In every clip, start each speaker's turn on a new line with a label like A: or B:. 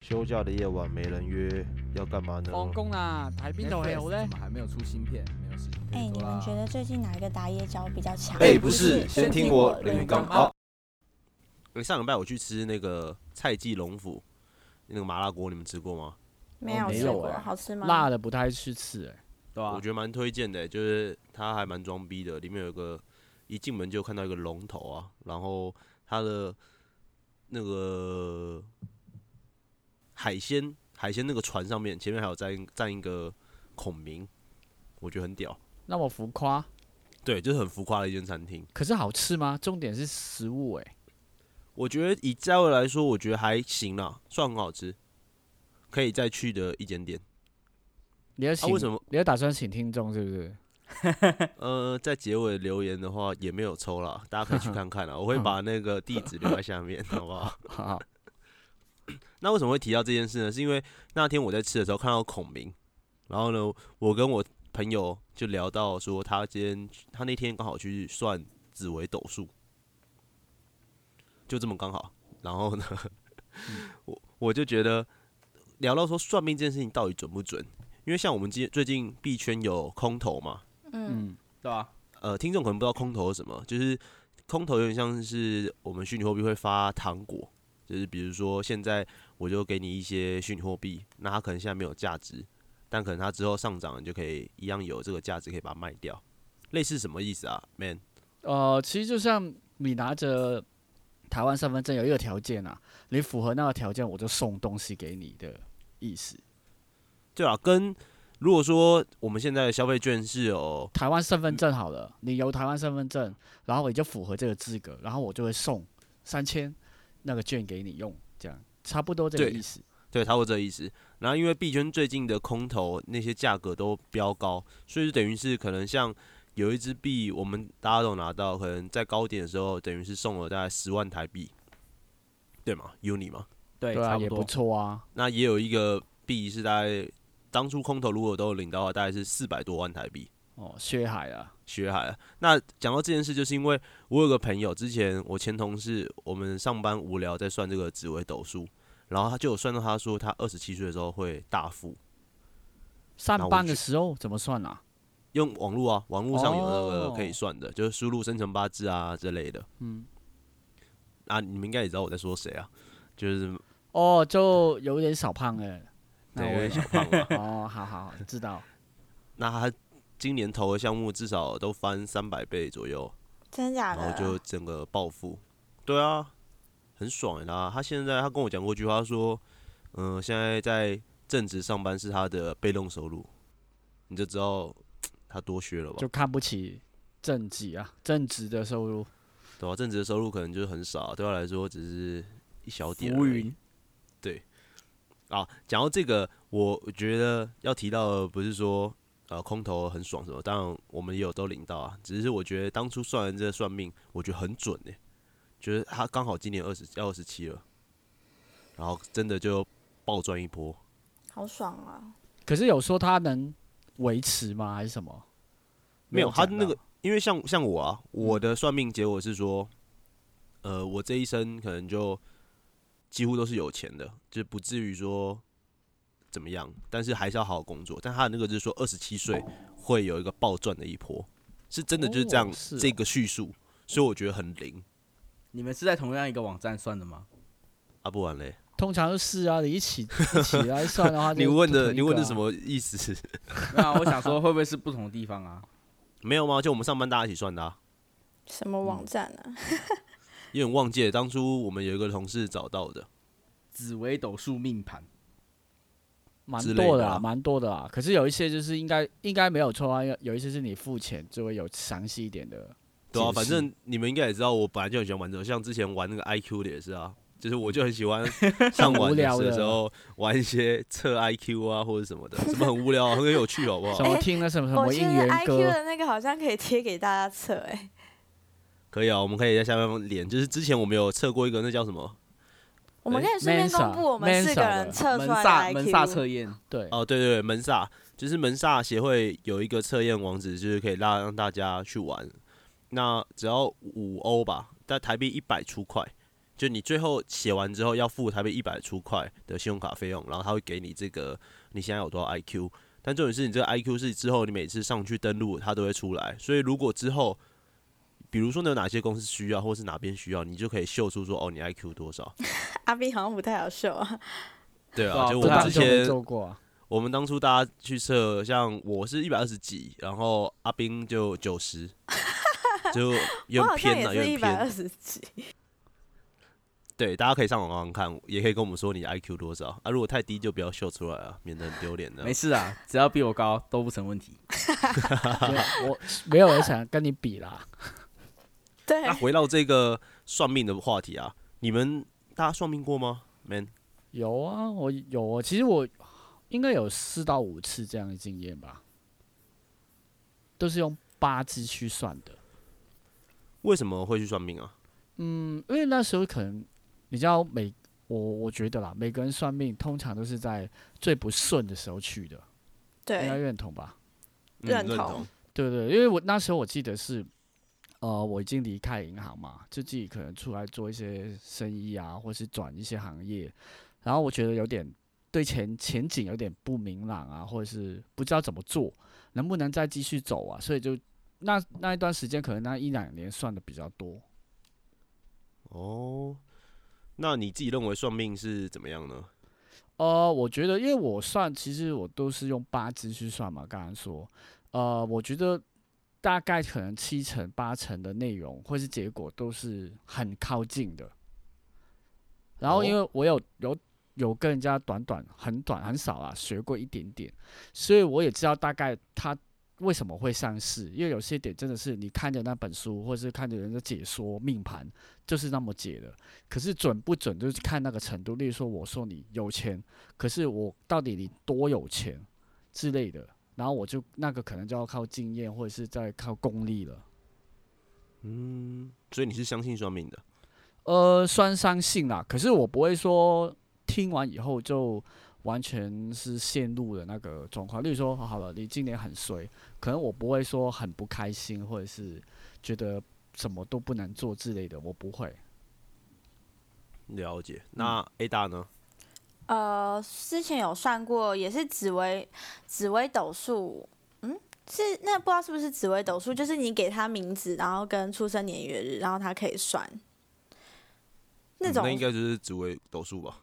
A: 休假的夜晚没人约，要干嘛呢？
B: 放工啦，排边头还有
C: Netflix
B: 嘞
C: 怎。么还没有出新片？啊没有事情可
D: 哎、
C: 以
D: 你
C: 做啦。
D: 们觉得最近哪一个打野角比较强？
A: 哎、不是，先听我领
D: 刚
A: 刚
D: 啊！
A: 啊！哎，上礼拜我去吃那个蔡记龙府那个麻辣锅，你们吃过吗？
D: 没有啊
C: 没
D: 吃
C: 有
D: 过，
C: 哎
D: 好吃吗？
B: 辣的不太吃刺、欸，
C: 对啊
A: 我，觉得蛮推荐的，就是它还蛮装逼的，里面有一个一进门就看到一个龙头啊，然后它的那个海鲜海鲜那个船上面前面还有站一站一个孔明，我觉得很屌，
B: 那么浮夸，
A: 对，就是很浮夸的一间餐厅。
B: 可是好吃吗？重点是食物、
C: 啊
B: 欸，
A: 我觉得以价位来说，我觉得还行啦，算很好吃，可以再去的一间店。
B: 你要
A: 啊，
B: 请、
A: 为什么？
B: 你要打算请听众是不 是？
A: 呃，在结尾留言的话也没有抽啦，大家可以去看看啦。我会把那个地址留在下面，好不好？
B: 好好，
A: 那为什么会提到这件事呢？是因为那天我在吃的时候看到孔明，然后呢，我跟我朋友就聊到说，他今天他那天刚好去算紫微斗数，就这么刚好。然后呢， 我我就觉得聊到说算命这件事情到底准不准？因为像我们今最近币圈有空头嘛，
D: 嗯，
C: 嗯，对啊，
A: 呃，听众可能不知道空投是什么，就是空投有点像是我们虚拟货币会发糖果，就是比如说现在我就给你一些虚拟货币，那它可能现在没有价值，但可能它之后上涨，你就可以一样有这个价值，可以把它卖掉，类似什么意思啊，man？
B: 呃，其实就像你拿着台湾身份证有一个条件啊，你符合那个条件，我就送东西给你的意思。
A: 对啊，跟如果说我们现在的消费券是有
B: 台湾身份证好了，你有台湾身份证，然后你就符合这个资格，然后我就会送三千那个券给你用，这样差不多这个
A: 对
B: 意思。
A: 对，差不多这个意思。然后因为币圈最近的空投那些价格都飙高，所以就等于是可能像有一只币，我们大家都有拿到，可能在高点的时候，等于是送了大概十万台币，对吗？Uni 嘛，
C: 对，
B: 对啊，
C: 差
B: 也
C: 不
B: 不
C: 多。
B: 错啊。
A: 那也有一个币是大概当初空投如果都有领到的话，大概是四百多万台币。
B: 哦，薛海啊，
A: 学海啊，那讲到这件事，就是因为我有个朋友，之前我前同事，我们上班无聊在算这个紫微斗数，然后他就有算到，他说他二十七岁的时候会大富，
B: 上
A: 那我
B: 班
A: 去
B: 的时候怎么算啊？
A: 用网络啊，网络上有那个
B: 哦
A: 可以算的，就是输入生辰八字啊之类的。
B: 嗯，
A: 啊，你们应该也知道我在说谁啊，就是
B: 哦，就有点小胖哎、那
A: 对有
B: 我
A: 位
B: 也
A: 小胖嘛。
B: 哦，好好好，知道。
A: 那他今年投的项目至少都翻三百倍左右，
D: 真假
A: 然
B: 啊
D: 的？
A: 后就整个暴富。对啊，很爽欸啦、他现在他跟我讲过一句话，他说，嗯、现在在正职上班是他的被动收入，你就知道他多削了吧
B: 就？看不起正职啊，正职的收入。
A: 对啊，正职的收入可能就是很少，啊对他来说只是一小点
C: 浮
A: 而已。
C: 云，
A: 啊，讲到这个，我觉得要提到的不是说呃空头很爽什么，当然我们也有都领到啊，只是我觉得当初算完这个算命，我觉得很准呢、觉得他刚好今年二十要二十七了，然后真的就暴赚一波。
D: 好爽啊！
B: 可是有说他能维持吗？还是什么？
A: 没有，他
B: 讲
A: 那个
B: 到嗯
A: 因为像像我啊，我的算命结果是说，呃，我这一生可能就几乎都是有钱的，就不至于说怎么样，但是还是要好好工作。但他的那个就是说，二十七岁会有一个暴赚的一波，是真的就是这样、
B: 哦是哦
A: 这个叙述，所以我觉得很灵
C: 你们是在同样一个网站算的吗？
A: 啊，不玩嘞。
B: 通常就是啊，你一起一起来算 的话就，
A: 你问
B: 就
A: 的
B: 同
A: 你
B: 一
A: 问
B: 个
A: 的
B: 啊
A: 什？么意思？
C: 没有啊，我想说会不会是不同的地方啊？
A: 没有吗？就我们上班大家一起算的、啊。
D: 什么网站啊？
A: 有点忘记了，当初我们有一个同事找到的，
C: 紫微斗数命盘，
B: 蛮
A: 之类
B: 多
A: 的
B: 的啊，
A: 啊
B: 蛮多的啊。可是有一些就是应该应该没有错啊，有有一些是你付钱就会有详细一点的。
A: 对啊，
B: 解
A: 反
B: 释
A: 正你们应该也知道，我本来就很喜欢玩这种，像之前玩那个 IQ 的也是啊，就是我就很喜 欢上
B: 无
A: 网
B: 聊
A: 的
B: 的
A: 时候玩一些测 IQ 啊或者什么的，什么很无聊、啊，很有趣，好不
B: 什
A: 好？
B: 么听了什么什
D: 我
B: 么
D: 记
B: 应
D: 得
B: 援
D: IQ
B: 歌，
D: 的那个好像可以贴给大家测哎、
A: 可以啊，我们可以在下面连，就是之前我们有测过一个，那叫什么？
D: 我们可以
A: 哎
D: 顺便
B: Mensa，
D: 公布我们四个人
B: Mensa
D: 测
C: 门
D: 出
C: 萨
D: 来的
C: 门萨测
D: IQ。
C: 验，
B: 对，
A: 哦，对对对，门萨，就是门萨协会有一个测验网址，就是可以让让大家去玩，那只要五欧吧，但台币一百出块就你最后写完之后要付台币一百出块的信用卡费用，然后他会给你这个你现在有多少 IQ。但重点是你这个 IQ 是之后你每次上去登录它都会出来，所以如果之后比如说你有哪些公司需要，或是哪边需要，你就可以秀出说哦你 IQ 多少。
D: 阿 B 好像不太好秀啊，
A: 对
C: 对
A: 啊，
C: 啊
A: 就
C: 不
A: 我
C: 然
A: 们
B: 当
A: 之
B: 就没
A: 前
B: 做过啊。
A: 我们当初大家去测，像我是一百二十几，然后阿兵就九十， 就有点
D: 我好
A: 偏
D: 像
A: 啊
D: 也
A: 了，有
D: 是一
A: 点
D: 百二
A: 偏。
D: 十几，
A: 对，大家可以上网看看，也可以跟我们说你 IQ 多少啊。如果太低就不要秀出来啊，免得很丢脸的
C: 没。事啊，只要比我高都不成问题。
B: 对我没有人想跟你比啦。
D: 对
A: 那，回到这个算命的话题啊，你们大家算命过吗？Man，
B: 有啊，我有啊，其实我应该有四到五次这样的经验吧，都是用八字去算的。
A: 为什么会去算命啊？
B: 嗯，因为那时候可能你知道每我我觉得啦，每个人算命通常都是在最不顺的时候去的，应该
D: 对，
B: 认同
A: 嗯
B: 吧？
D: 认
A: 认
D: 同
A: 同。
B: 对对，因为我那时候我记得是，呃，我已经离开银行嘛，就自己可能出来做一些生意啊，或是转一些行业，然后我觉得有点对前前景有点不明朗啊，或者是不知道怎么做，能不能再继续走啊，所以就那那一段时间可能那一两年算的比较多。
A: 哦，那你自己认为算命是怎么样呢？
B: 呃，我觉得，因为我算，其实我都是用八字去算嘛，刚刚说，呃，我觉得大概可能七成八成的内容或是结果都是很靠近的。然后，因为我有有有跟人家短短很短很少啊学过一点点，所以我也知道大概他为什么会上市，因为有些点真的是你看着那本书，或是看着人家解说命盘，就是那么解的。可是准不准就是看那个程度。例如说，我说你有钱，可是我到底你多有钱之类的，然后我就那个可能就要靠经验或者是在靠功力了。
A: 嗯，所以你是相信算命的？
B: 呃，算相信啦，可是我不会说听完以后就完全是陷入了那个状况。例如说，好了，你今年很衰，可能我不会说很不开心，或者是觉得什么都不能做之类的，我不会。
A: 了解。那 A 大呢？
D: 呃，之前有算过，也是紫微紫微斗数，嗯，是那不知道是不是紫微斗数，就是你给他名字，然后跟出生年月日，然后他可以算那
A: 嗯
D: 种
A: 那应该就是紫微斗数吧？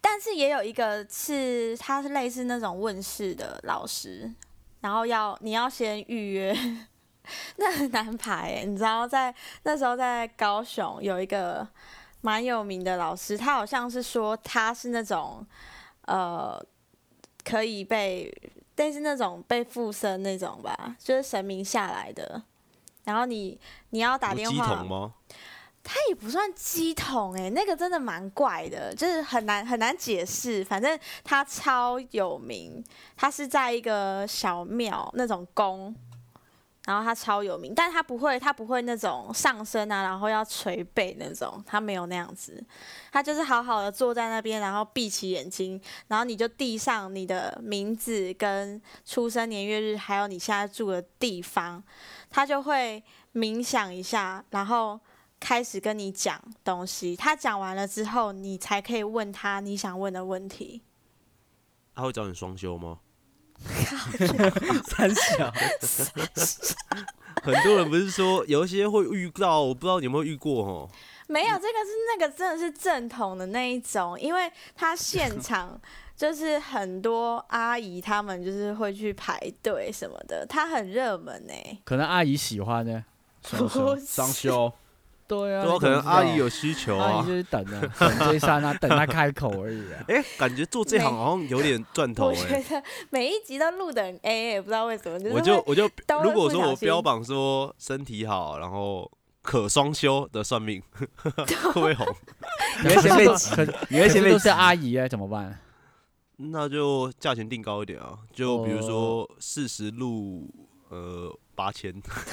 D: 但是也有一个是，他是类似那种问世的老师，然后要你要先预约， 那很难排欸。你知道在那时候在高雄有一个蛮有名的老师，他好像是说他是那种呃可以被类似那种被附身那种吧，就是神明下来的。然后你你要打
A: 不
D: 电
A: 鸡
D: 话，
A: 桶吗？
D: 它也不算鸡桶哎、那个真的蛮怪的，就是很难很难解释。反正它超有名，它是在一个小庙那种宫，然后它超有名，但它不会它不会那种上身啊，然后要捶背那种，它没有那样子，它就是好好的坐在那边，然后闭起眼睛，然后你就递上你的名字跟出生年月日，还有你现在住的地方，它就会冥想一下，然后。开始跟你讲东西，他讲完了之后，你才可以问他你想问的问题。
A: 他会找你双休吗？
C: 三小，
A: 很多人不是说有一些会遇到，我不知道你有没有遇过哦。
D: 没有，这个是那个真的是正统的那一种，因为他现场就是很多阿姨她们就是会去排队什么的，它很热门欸呢、
B: 可能阿姨喜欢呢，
D: 不是
C: 双休，
B: 对啊，
A: 对啊，
B: 你
A: 可能
B: 怎么
A: 阿
B: 知道
A: 姨有需求
B: 阿姨
A: 啊
B: 就。是等啊，等这一刹那，等他开口而已啊。
A: 哎、感觉做这行好像有点赚 头
D: 我
A: 哎、
D: 觉得每一集都录的很 A，也不知道为什么，就是
A: 我就
D: 会
A: 我就
D: 都会
A: 如果说
D: 不小
A: 我
D: 心
A: 标榜说身体好，然后可双休的算命， 会不会红？
C: 你会 先被挤，
B: 可可
C: 你会先
B: 是
C: 被
B: 都
C: 挤
B: 是。阿姨哎，怎么办？
A: 那就价钱定高一点啊，就比如说四十路呃八千，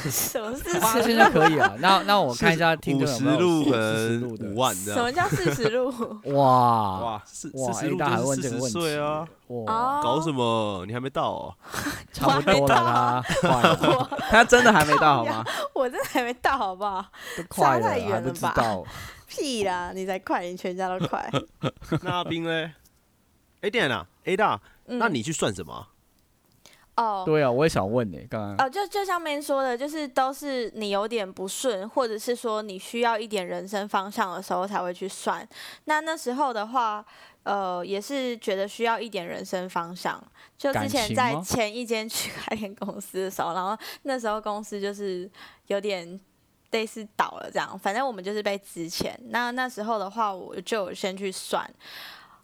D: 什么事
B: 八
D: 实
B: 千就可以了。那那我看一下听
A: 五
B: 众有
A: 十
B: 没有
A: 路
B: 四
A: 可
B: 十路
A: 能
B: 的
A: 五。万这
D: 什么
A: 样，
D: 叫四十路？
B: 哇
A: 哇，啊四
B: 哇
A: 四十
B: 哎
A: 路
B: 大家还
A: 就
B: 问
A: 是
B: 这个
A: 四
B: 问
A: 十
B: 题
A: 岁啊，
B: 哇，
D: 哦，
A: 搞什么？你还没到 哦，
B: 差不多了啦，快了，
C: 他真的还没到好吗？
D: 我真的还没到，好不好？
B: 都快
D: 差太
B: 了，
D: 远
B: 还不
D: 了
B: 知
D: 吧
B: 道。
D: 屁啦，你才快，你全家都 快。
A: 那阿兵嘞？哎，店啊，A 大，
D: 嗯
A: 那你去算什么啊？
D: 哦，
B: 对啊，我也想问你，刚刚
D: 呃，就就像 Man 说的，就是都是你有点不顺，或者是说你需要一点人生方向的时候才会去算。那那时候的话，呃，也是觉得需要一点人生方向。就之
B: 感
D: 前
B: 情
D: 在
B: 吗
D: 前一间 区块链公司的时候，然后那时候公司就是有点。类似倒了这样，反正我们就是被支钱。那那时候的话，我就有先去算，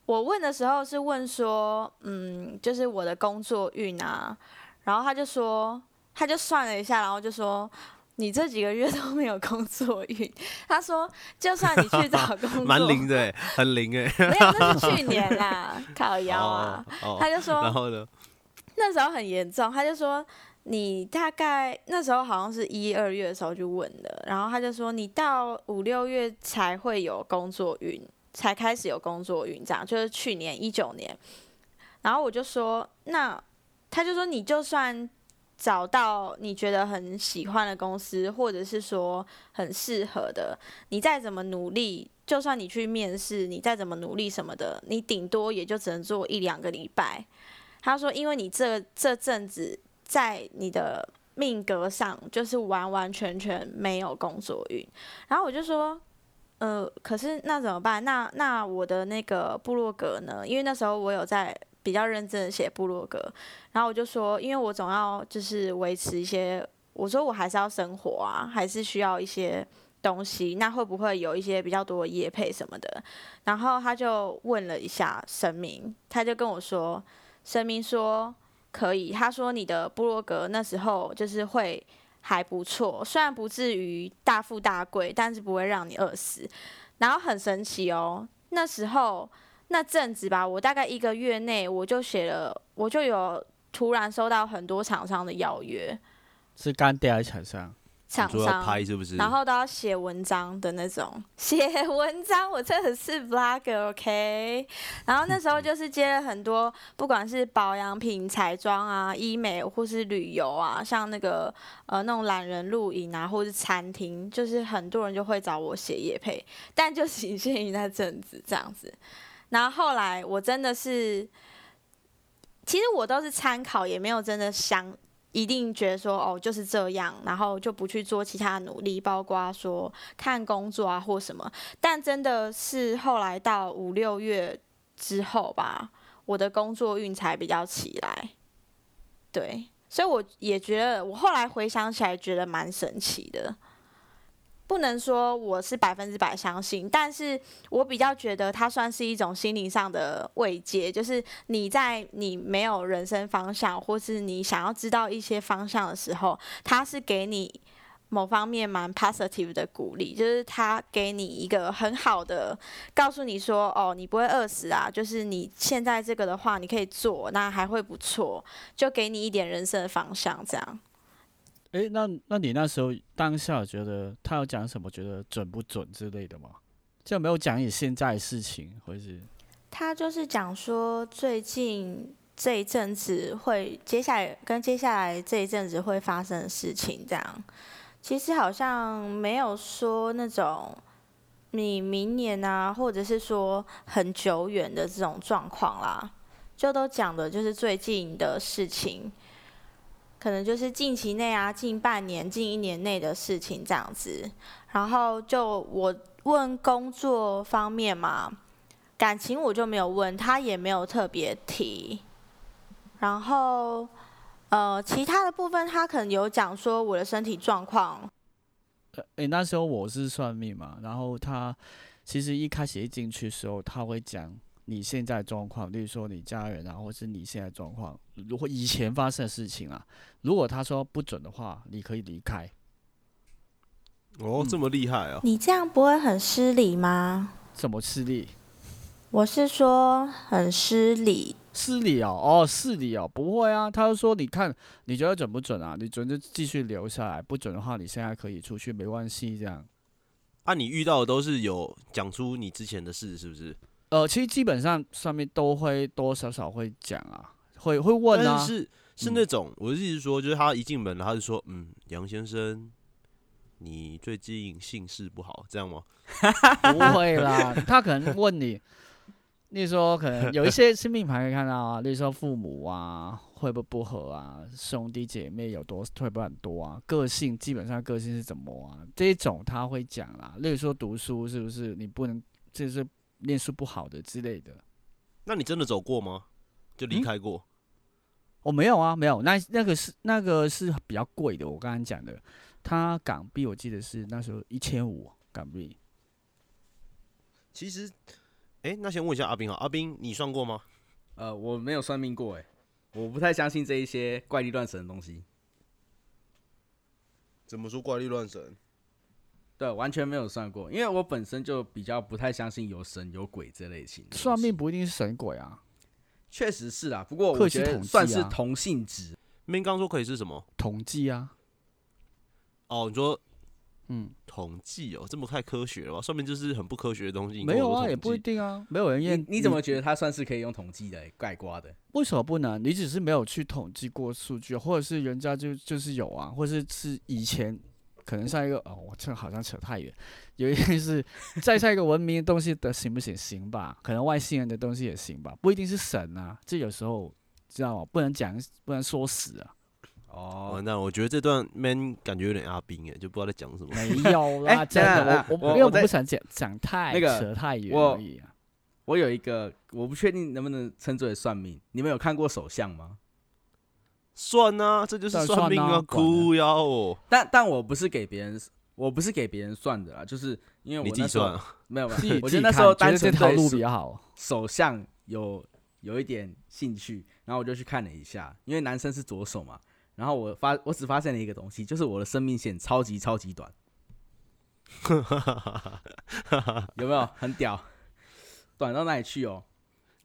D: 我问的时候是问说，嗯，就是我的工作运啊，然后他就说，他就算了一下，然后就说。你这几个月都没有工作运，他说，就算你去找工作，
A: 蛮灵的欸，很灵哎。
D: 没有，那是去年啦，靠腰啊
A: 哦，，哦
D: 他就说，
A: 然后呢？
D: 那时候很严重，他就说你大概那时候好像是一二月的时候就问的，然后他就说你到五六月才会有工作运，才开始有工作运，这样就是去年一九年。然后我就说，那他就说你就算找到你觉得很喜欢的公司，或者是说很适合的，你再怎么努力，就算你去面试，你再怎么努力什么的，你顶多也就只能做一两个礼拜。他说，因为你这这阵子在你的命格上就是完完全全没有工作运，然后我就说。呃，可是那怎么办？那那我的那个部落格呢？因为那时候我有在比较认真的写部落格，然后我就说，因为我总要就是维持一些，我说我还是要生活啊，还是需要一些东西。那会不会有一些比较多的业配什么的？然后他就问了一下神明，他就跟我说，神明说可以，他说你的部落格那时候就是会还不错，虽然不至于大富大贵，但是不会让你饿死。然后很神奇哦，那时候那阵子吧，我大概一个月内我就写了，我就有突然收到很多厂商的邀约，
B: 是干爹还是厂商？
D: 厂
A: 你说要
D: 商
A: 拍是不是？
D: 然后都要写文章的那种，写文章我真的是 blogger，OK、然后那时候就是接了很多，不管是保养品、彩妆啊、医美或是旅游啊，像那个呃那种懒人露营啊，或是餐厅，就是很多人就会找我写业配，但就 仅限于那阵子这样子。然后后来我真的是，其实我都是参考，也没有真的想一定觉得说哦就是这样，然后就不去做其他的努力，包括说看工作啊或什么。但真的是后来到五六月之后吧，我的工作运才比较起来。对，所以我也觉得，我后来回想起来，觉得蛮神奇的。不能说我是百分之百相信，但是我比较觉得它算是一种心灵上的慰藉，就是你在你没有人生方向，或是你想要知道一些方向的时候，它是给你某方面蛮 positive 的鼓励，就是它给你一个很好的，告诉你说，哦，你不会饿死啊，就是你现在这个的话，你可以做，那还会不错，就给你一点人生的方向，这样。
B: 诶，那那你那时候当下觉得他有讲什么，觉得准不准之类的吗？就没有讲你现在的事情，或是
D: 他就是讲说，最近这一阵子会，接下来跟接下来这一阵子会发生的事情，这样。其实好像没有说那种你明年啊，或者是说很久远的这种状况啦，就都讲的就是最近的事情，可能就是近期内啊、近半年、近一年内的事情这样子。然后就我问工作方面嘛，感情我就没有问，他也没有特别提。然后，呃，其他的部分他可能有讲说我的身体状况，
B: 呃，诶，那时候我是算命嘛，然后他其实一开始一进去的时候，他会讲你现在状况，例如说你家人啊，或是你现在状况，如果以前发生的事情啊，如果他说不准的话，你可以离开。嗯
A: 哦，这么厉害哦！
D: 你这样不会很失礼吗？
B: 什么势力？
D: 我是说很失礼，
B: 是你哦，哦是你哦，不会啊，他就说你看你觉得准不准啊？你准就继续留下来，不准的话你现在可以出去，没关系这样。
A: 啊，你遇到的都是有讲出你之前的事，是不是？
B: 呃，其实基本上上面都会多多少少会讲啊，会会问
A: 但
B: 啊，
A: 是是
B: 嗯
A: 那种，我的意思是说，就是他一进门，他就说，嗯，杨先生，你最近姓氏不好，这样吗？
B: 不会啦，他可能问你，例如说可能有一些新命盘可以看到啊，例如说父母啊会不会不和啊，兄弟姐妹有多会不会很多啊，个性基本上个性是怎么啊，这种他会讲啦，例如说读书是不是你不能就是念书不好的之类的，
A: 那你真的走过吗？就离
B: 嗯
A: 开过？
B: 哦，没有啊，没有，那那个是那个是比较贵的，我刚刚讲的，它港币我记得是那时候一千五港币，
A: 其实，哎、那先问一下阿斌好，阿斌，你算过吗？
C: 呃，我没有算命过，哎，我不太相信这一些怪力乱神的东西。
A: 怎么说怪力乱神？
C: 对，完全没有算过，因为我本身就比较不太相信有神有鬼这类型的东西。
B: 算命不一定是神鬼啊，
C: 确实是啦、不过
B: 克
C: 我
B: 系
C: 觉
B: 统
C: 得
B: 计
C: 算是
B: 啊
C: 同性质。
A: 明刚说可以是什么？
B: 统计啊，
A: 哦，你说
B: 嗯，
A: 统计哦，这么太科学了吧？算命就是很不科学的东西。你跟
B: 没有
A: 我说
B: 啊，
A: 统
B: 也不一
A: 计
B: 定啊，没有人验。
C: 你你怎么觉得它算是可以用统计的、盖瓜的？
B: 为什么不能？你只是没有去统计过数据，或者是人家就就是有啊，或是是以前可能上一个哦，我这好像扯太远。有一些是再上一个文明的东西的行不行？行吧，可能外星人的东西也行吧，不一定是神啊。这有时候知道吗？不能讲，不能说死啊，
C: 哦，
A: 完蛋了，我觉得这段 man 感觉有点阿斌哎，就不知道在讲什么。
B: 没有
C: 哎
B: 啦，
C: 等
B: 真
C: 等
B: 的
C: 等，
B: 我我
C: 我
B: 因为我
C: 我在
B: 不想讲讲太
C: 那个
B: 扯太远
C: 我
B: 而已啊。
C: 我有一个，我不确定能不能称之为算命。你们有看过手相吗？
A: 算啊，这就是
B: 算
A: 算命
B: 啊管啊
A: 哭腰哦，
C: 但但我不是给别人，我不是给别人算的啦，就是因为我
A: 你自己
C: 那时候
A: 算啊。
C: 没有没
B: 自己
C: 有，我觉
B: 自己
C: 得那时
B: 看
C: 候
B: 觉
C: 单
B: 得这
C: 纯
B: 条
C: 对
B: 路
C: 手
B: 比较好。
C: 手相有有一点兴趣，然后我就去看了一下，因为男生是左手嘛，然后我发我只发现了一个东西，就是我的生命线超级超级短，有没有 很屌？短到哪里去哦？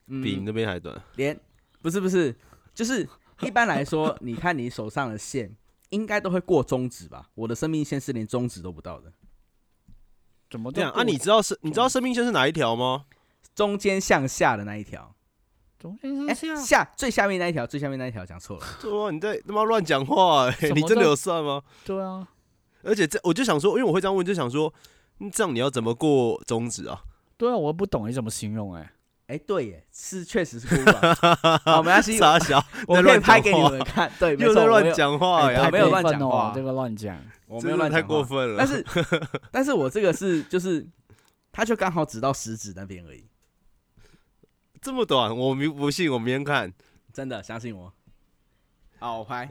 B: 嗯
A: 比你那边还短。
C: 连不是不是，就是一般来说， 你看你手上的线应该都会过中指吧？我的生命线是连中指都不到的，
B: 怎么
A: 这样
B: 都
A: 啊？你知道是你知道生命线是哪一条吗？
C: 中间向下的那一条，
B: 总先
C: 哎、
B: 生
C: 下最下面那一条，最下面那一条讲错了。
A: 对啊，你在他妈乱讲话哎、
B: 什么
A: 你真的
B: 在
A: 有算吗？
B: 对啊，
A: 而且这我就想说，因为我会这样问，就想说，嗯这样你要怎么过中指啊？
B: 对啊，我不懂你怎么形容哎、
C: 哎、对耶，是确实是过 不了。好，没关系，
A: 傻小， 在
C: 我可以
A: 乱
C: 拍
A: 讲
C: 给你
A: 话
C: 们，看。对，没
A: 又在
C: 错，我没
A: 乱
C: 有，
A: 讲话
C: 哎
A: 呀、
C: 我没有
B: 太过
C: 乱讲
B: 分哦
C: 话
B: 这个 乱讲，
C: 我没
A: 真的
C: 有乱
A: 太
C: 讲话
A: 过。分了。
C: 但是， 但是我这个是就是，他就刚好指到食指那边而已。
A: 这么短，我明不信，我明天看，
C: 真的，相信我。好，我 拍，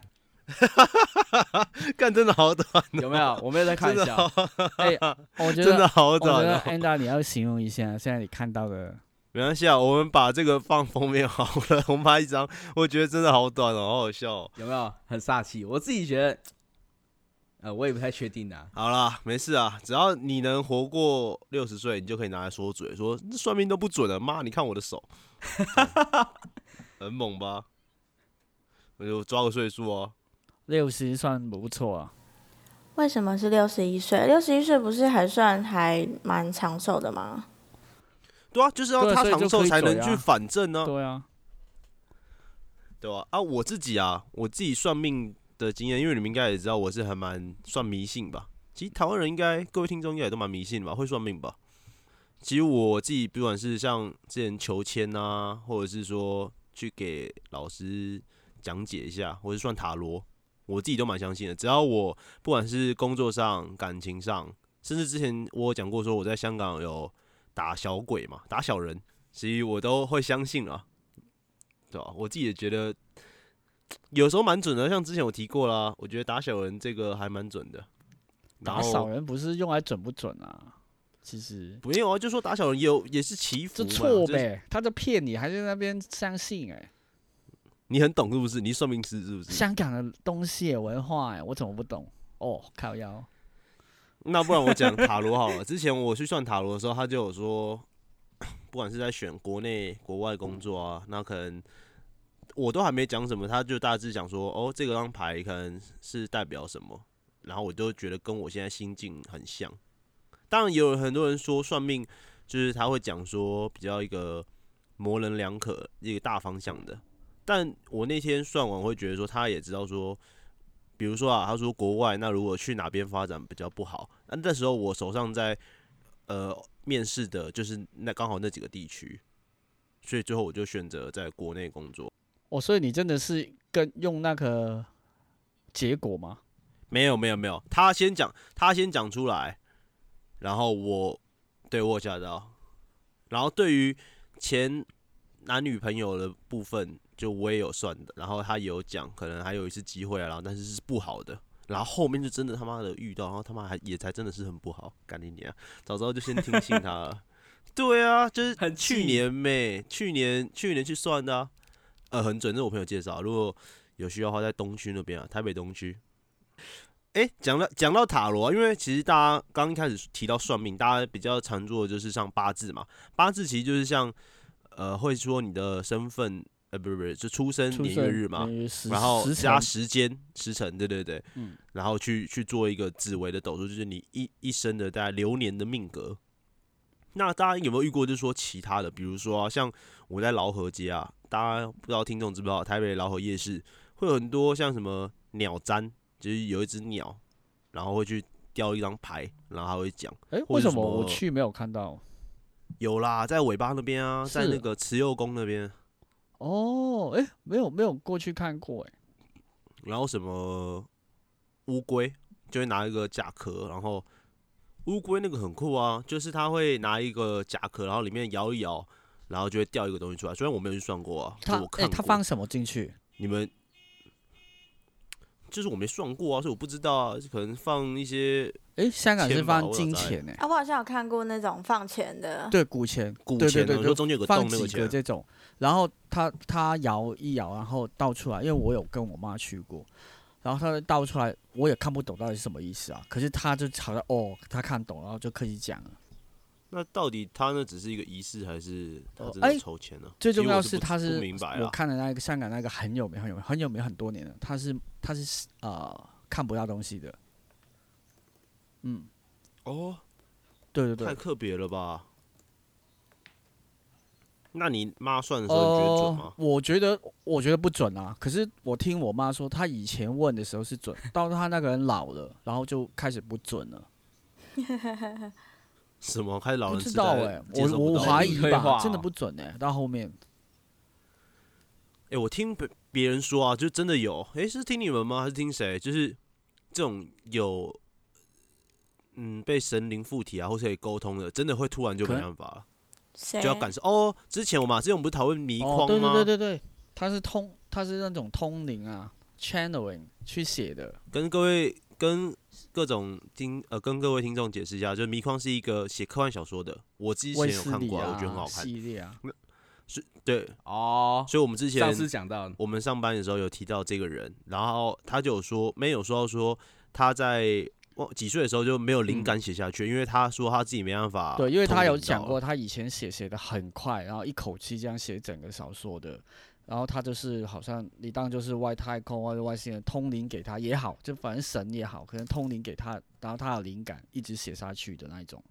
A: 看真的好短，
C: 有没有？我没有在 开玩
A: 真的
C: 笑。
B: 哎、我觉得
A: 真的好
B: 我觉
A: 短
B: 得
A: 哦、
C: 哎
B: 安达你要形容一下现在你看到的，
A: 没关系啊，我们把这个放封面好了，我们拍一张，我觉得真的好短哦、好好笑、哦。
C: 有没有很煞气？我自己觉得，呃，我也不太确定啊。
A: 好啦，没事啊，只要你能活过六十岁，你就可以拿来说嘴，说这算命都不准了，妈，你看我的 手，哎很猛吧？我就抓个岁数哦。
B: 六十算不错啊。
D: 为什么是六十一岁？六十一岁不是还算还蛮长寿的吗？
A: 对啊，就是
B: 对
A: 要
B: 啊
A: 他
B: 所以
A: 长
B: 就
A: 寿
B: 可以
A: 才能
B: 嘴啊
A: 去反正呢、
B: 对啊，
A: 对吧、啊？我自己啊，我自己算命的经验，因为你们应该也知道，我是还蛮算迷信吧。其实台湾人应该，各位听众应该也都蛮迷信的吧，会算命吧。其实我自己，不管是像之前求签啊，或者是说去给老师讲解一下，或是算塔罗，我自己都蛮相信的。只要我不管是工作上、感情上，甚至之前我有讲过说我在香港有打小鬼嘛，打小人，所以我都会相信啊，对吧、我自己也觉得有时候蛮准的，像之前我提过啦，我觉得打小人这个还蛮准的。
B: 打
A: 然后
B: 扫人不是用来准不准啊？其实
A: 没有啊，就说打小人也有也是祈福
B: 这
A: 嘛，
B: 错
A: 啊就是
B: 呗，他在骗你，还在那边相信哎、
A: 你很懂是不是？你是算命师是不是？
B: 香港的东西耶文化哎、我怎么不懂？哦，靠腰，
A: 那不然我讲塔罗好了。之前我去算塔罗的时候，他就有说， 不管是在选国内、国外工作啊，那可能我都还没讲什么，他就大致讲说，哦，这个张牌可能是代表什么，然后我就觉得跟我现在心境很像。当然，也有很多人说算命就是他会讲说比较一个模棱两可、一个大方向的，但我那天算完会觉得说，他也知道说。比如说啊，他说国外那如果去哪边发展比较不好，那那时候我手上在呃面试的就是那刚好那几个地区，所以最后我就选择在国内工作。
B: 哦，所以你真的是跟用那个结果吗？
A: 没有没有没有，他先讲他先讲出来，然后我对我有吓到，然后对于前男女朋友的部分，就我也有算的，然后他也有讲，可能还有一次机会啊，然后但是是不好的，然后后面就真的他妈的遇到，然后他妈还也才真的是很不好，干你娘！早知道就先听信他了。对啊，就是
C: 很
A: 去
C: 气
A: 年呗，去年去年去算的、啊，呃，很准，这是我朋友介绍，如果有需要的话，在东区那边啊，台北东区。哎，讲到讲到塔罗啊、因为其实大家刚一开始提到算命，大家比较常做的就是像八字嘛，八字其实就是像呃，会说你的身份，呃，不是不是，就出生
B: 出
A: 年月
B: 生
A: 日嘛，
B: 年月时
A: 然后
B: 时
A: 加
B: 辰
A: 时间时辰，对对对，
B: 嗯
A: 然后去去做一个紫微的斗数，就是你一一生的大概流年的命格。那大家有没有遇过，就是说其他的，比如说啊，像我在劳河街啊，大家不知道听众知不知道，台北劳河夜市会有很多像什么鸟占，就是有一只鸟，然后会去雕一张牌，然后还会讲。
B: 哎、
A: 或
B: 为
A: 者
B: 什么
A: 什
B: 我
A: 么
B: 去没有看到？
A: 有啦，在尾巴那边啊，在
B: 是
A: 那
B: 哦
A: 个慈幼宫那边，
B: 哦，哎、没有没有过去看过、哎，
A: 然后什么乌龟就会拿一个甲壳，然后乌龟那个很酷啊，就是它会拿一个甲壳，然后里面摇一摇，然后就会掉一个东西出来。虽然我没有去算过啊，
B: 他
A: 就我
B: 哎、
A: 看过。
B: 他放什么进去？
A: 你们就是我没算过啊，所以我不知道啊，可能放一些
B: 哎、香港是
A: 钱吧
B: 放
A: 我有
B: 金
A: 在
B: 钱哎、
D: 啊，我好像有看过那种放钱的，
B: 对古钱，
A: 古
B: 对
A: 钱、啊，
B: 对对，
A: 你
B: 就
A: 说中间有个
B: 放
A: 洞那
B: 几
A: 钱
B: 个
A: 啊，
B: 这种，然后他他摇一摇，然后倒出来，因为我有跟我妈去过，然后他倒出来，我也看不懂到底是什么意思啊。可是他就好像哦，他看懂，然后就可以讲了。
A: 那到底它那只是一个仪式，还是它
B: 哦
A: 真的
B: 哎
A: 抽签呢、
B: 最
A: 其实我
B: 重要
A: 是
B: 是
A: 不
B: 他
A: 不
B: 是
A: 明白啊
B: 我看的那个香港那个很有名很有名很有名很多年了，他是他是呃看不到东西的，嗯，
A: 哦，
B: 对对
A: 太
B: 对，
A: 特别了吧？那你妈算的时候，你觉得准
B: 哦
A: 吗，？
B: 我觉得我觉得不准啊。可是我听我妈说，她以前问的时候是准， 到她那个人老了，然后就开始不准了。
A: 什么？开始老
B: 不
A: 人
B: 知
A: 痴
B: 道
A: 呆
B: 哎、
A: 了？接
B: 我
A: 受不
B: 我
A: 到
B: 怀
C: 能力
B: 疑
C: 退
B: 吧，
C: 化
B: 真的
C: 哦
B: 不准哎、到后面
A: 哎、我听别别人说啊，就真的有。哎、是听你们吗？还是听谁？就是这种有，嗯，被神灵附体啊，或是可以沟通的，真的会突然就
B: 可
A: 没
B: 能
A: 办法了，
D: 谁
A: 就要感受。哦，之前我们啊之前我们不是讨论迷
B: 哦，
A: 框
B: 对
A: 吗？
B: 对对对对，他是通，他是那种通灵啊，channeling 去写的。
A: 跟各位跟各种听呃跟各位听众解释一下，就是迷框是一个写科幻小说的，我之前
B: 威
A: 有
B: 斯
A: 看
B: 理
A: 过、我
B: 啊
A: 觉得很好看。
B: 系列啊，
A: 对，
C: 哦，
A: 所以我们之前
C: 上次讲到
A: 我们上班的时候有提到这个人，然后他就有说没有说到说他在忘几岁的时候就没有灵感写下去，因为他说他自己没办法通灵到。
B: 嗯对，因为他有讲过，他以前写写的很快，然后一口气这样写整个小说的，然后他就是好像你当就是外太空或者外星人通灵给他也好，就反正神也好，可能通灵给他，然后他有灵感一直写下去的那一种。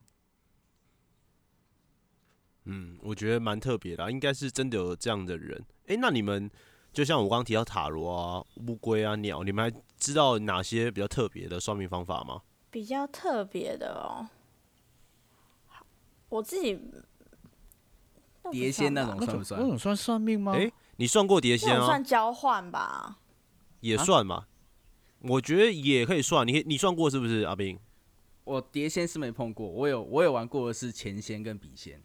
A: 嗯，我觉得蛮特别的啊、应该是真的有这样的人。诶，那你们就像我刚刚提到塔罗啊、乌龟啊、鸟，你们还知道哪些比较特别的算命方法吗？
D: 比较特别的哦。我自己
C: 碟仙那种
B: 那
C: 算
B: 种
C: 不
B: 那
C: 算？
B: 种算算命吗？
A: 诶你算过碟
D: 那
A: 仙
C: 哦
D: 种
A: 啊
D: 算？交换吧？
A: 也
C: 啊
A: 算吧。我觉得也可以算，你可以你算过是不是，阿斌？
C: 我碟仙是没碰过，我有我有玩过的是钱仙跟笔仙。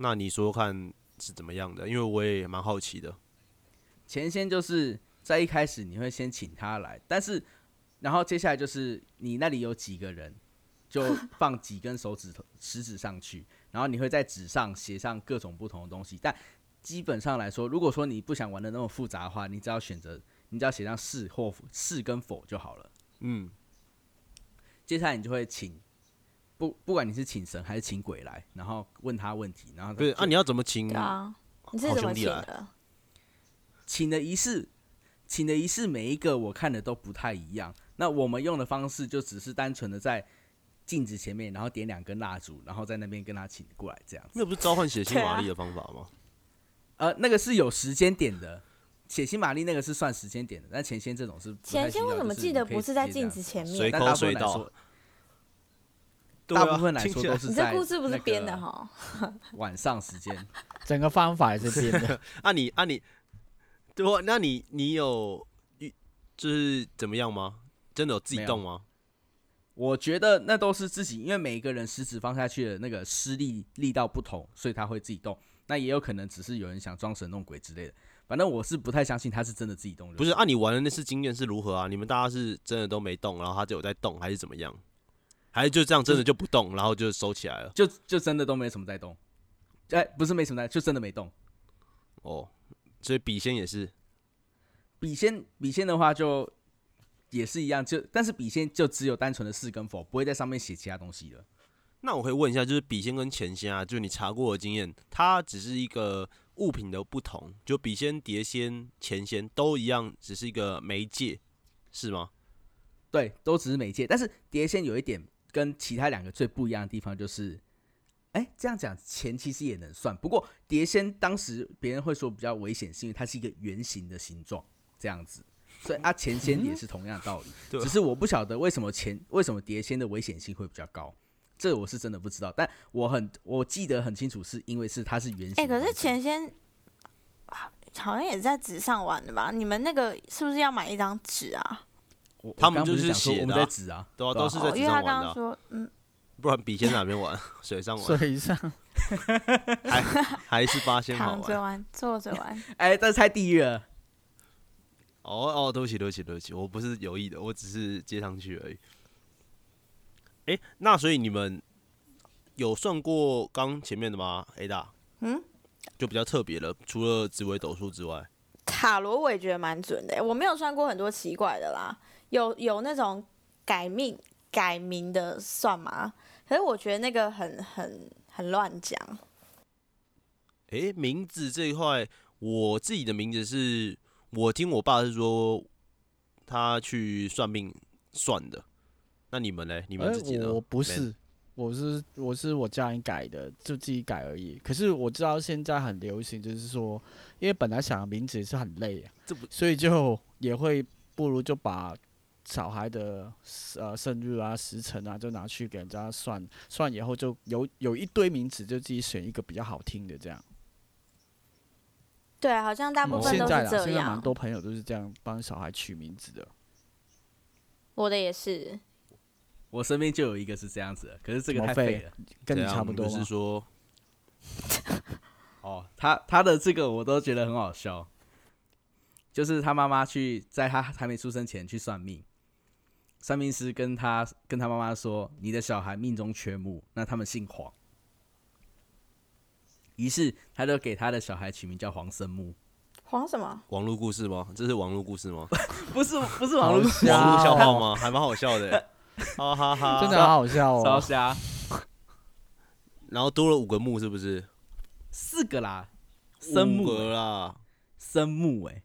A: 那你说看是怎么样的？因为我也蛮好奇的。
C: 前先就是在一开始你会先请他来，但是然后接下来就是你那里有几个人，就放几根手指头食指上去，然后你会在纸上写上各种不同的东西。但基本上来说，如果说你不想玩的那么复杂的话，你只要选择，你只要写上是或否是跟否就好了。
A: 嗯，
C: 接下来你就会请不不管你是请神还是请鬼来，然后问他问题，然后
A: 不是啊？你要怎么请
D: 对
A: 好
C: 嗯
D: 啊，你是怎么
A: 兄弟
D: 请
A: 来？
D: 的？
C: 请的仪式，请的仪式每一个我看的都不太一样。那我们用的方式就只是单纯的在镜子前面，然后点两根蜡烛，然后在那边跟他请过来这样子。
A: 那不是召唤血腥
D: 对
A: 玛
D: 啊
A: 丽的方法吗？
C: 呃，那个是有时间点的，血腥玛丽那个是算时间点的，但前仙这种啊是不太
D: 前
C: 需
D: 先
C: 要
D: 为什么
C: 就是
D: 记
C: 你
D: 得
C: 可以
D: 不
C: 直
D: 是在
C: 接这
D: 镜
C: 样
D: 子前
A: 所以
D: 面？
C: 但
A: 口
C: 大部分
A: 水
C: 来
A: 道
C: 说
A: 对
C: 大
A: 啊
C: 部分来
A: 听
C: 说
A: 起来
C: 都是
D: 你 这
C: 在
D: 故事不是
C: 那个
D: 编的哈？
C: 晚上时间，
B: 整个方法也是变 的。
A: 啊你啊你，对不？那你你有遇就是怎么样吗？真的有自
C: 没
A: 己
C: 有
A: 动吗？
C: 我觉得那都是自己，因为每一个人食指放下去的那个施力力道不同，所以他会自己动。那也有可能只是有人想装神弄鬼之类的。反正我是不太相信他是真的自己动的。
A: 不是啊，你玩的那次经验是如何啊？你们大家是真的都没动，然后他就有在动，还是怎么样？还是就这样真的就不动，然后就收起来了？
C: 就就真的都没什么在动。哎、不是没什么在，就真的没动。
A: 哦，所以笔仙也是
C: 笔仙笔仙的话就也是一样，就但是笔仙就只有单纯的是跟否，不会在上面写其他东西了。
A: 那我可以问一下，就是笔仙跟钱仙啊，就你查过的经验，它只是一个物品的不同，就笔仙、碟仙、钱仙都一样，只是一个媒介，是吗？
C: 对，都只是媒介。但是碟仙有一点跟其他两个最不一样的地方就是，哎，这样讲钱其实也能算，不过碟仙当时别人会说比较危险，是因为它是一个圆形的形状，这样子。所以啊，钱仙也是同样的道理，
A: 对啊
C: 只是我不晓得为什么钱为什么碟仙的危险性会比较高，这我是真的不知道。但我很我记得很清楚，是因为是它是圆形的
D: 哎、
C: 形状。
D: 可是前先好像也是在纸上玩的吧？你们那个是不是要买一张纸啊？
C: 我我
A: 他们
C: 刚不
A: 就是
C: 讲说
A: 写的
C: 我们
A: 啊
C: 在指啊，
A: 对啊，
C: 对啊
A: 都是在
D: 哦
A: 纸
D: 因为
A: 上
D: 他
A: 玩
D: 刚
A: 的
D: 刚
A: 啊，
D: 说，嗯，
A: 不然笔仙哪边玩？ 水上玩，
B: 水上
A: 还还是八仙好
D: 躺着
A: 玩？
D: 玩，坐着 玩，
C: 哎，但是太地狱了。
A: 哦哦，对不起，对不起，对不起，我不是有意的，我只是接上去而已。哎、那所以你们有算过刚前面的吗？A 大，
D: 嗯，
A: 就比较特别了，除了紫微斗数之外，
D: 塔罗我也觉得蛮准的、欸我没有算过很多奇怪的啦，有有那种改命改名的算吗？可是我觉得那个很很很乱讲，
A: 诶、名字这一块，我自己的名字是我听我爸是说他去算命算的。那你们嘞？你们
B: 哎
A: 自己呢？
B: 我不
A: Man
B: 是，我是我是我家人改的，就自己改而已。可是我知道现在很流行，就是说，因为本来想名字也是很累、啊，
A: 这不
B: 所以就也会不如就把小孩的呃生日啊、时辰啊，就拿去给人家算算，以后就有有一堆名字，就自己选一个比较好听的这样。
D: 对啊，好像大部
A: 哦
D: 分
B: 现
D: 都
B: 在
D: 是
B: 啦，
D: 这
B: 现在蛮
D: 样，
B: 多朋友都是这样帮小孩取名字的。
D: 我的也是，
C: 我身边就有一个是这样子的，可是这个
B: 怎么
C: 太
B: 废
C: 废了。
B: 跟你
A: 怎样
B: 差不多
A: 啊你是
B: 吗？
A: 说
C: 哦，他他的这个我都觉得很好笑，就是他妈妈去在他还没出生前去算命，算命师跟他跟他妈妈说，你的小孩命中缺木，那他们姓黄，于是他就给他的小孩取名叫黄生木，
D: 黄什么？
A: 网络故事吗？这是网络故事 吗？
C: 不是不是网络，
B: 好
A: 网络笑
B: 笑
A: 话
B: 哦
A: 吗？还蛮好笑的、欸，哈哈哈。
B: 真的好好笑
C: 烧
B: 哦！
C: 虾
A: 然后多了五个木，是不是？
C: 四个啦，生
A: 五
C: 木
A: 个
C: 欸
A: 啦，
C: 生木哎、欸，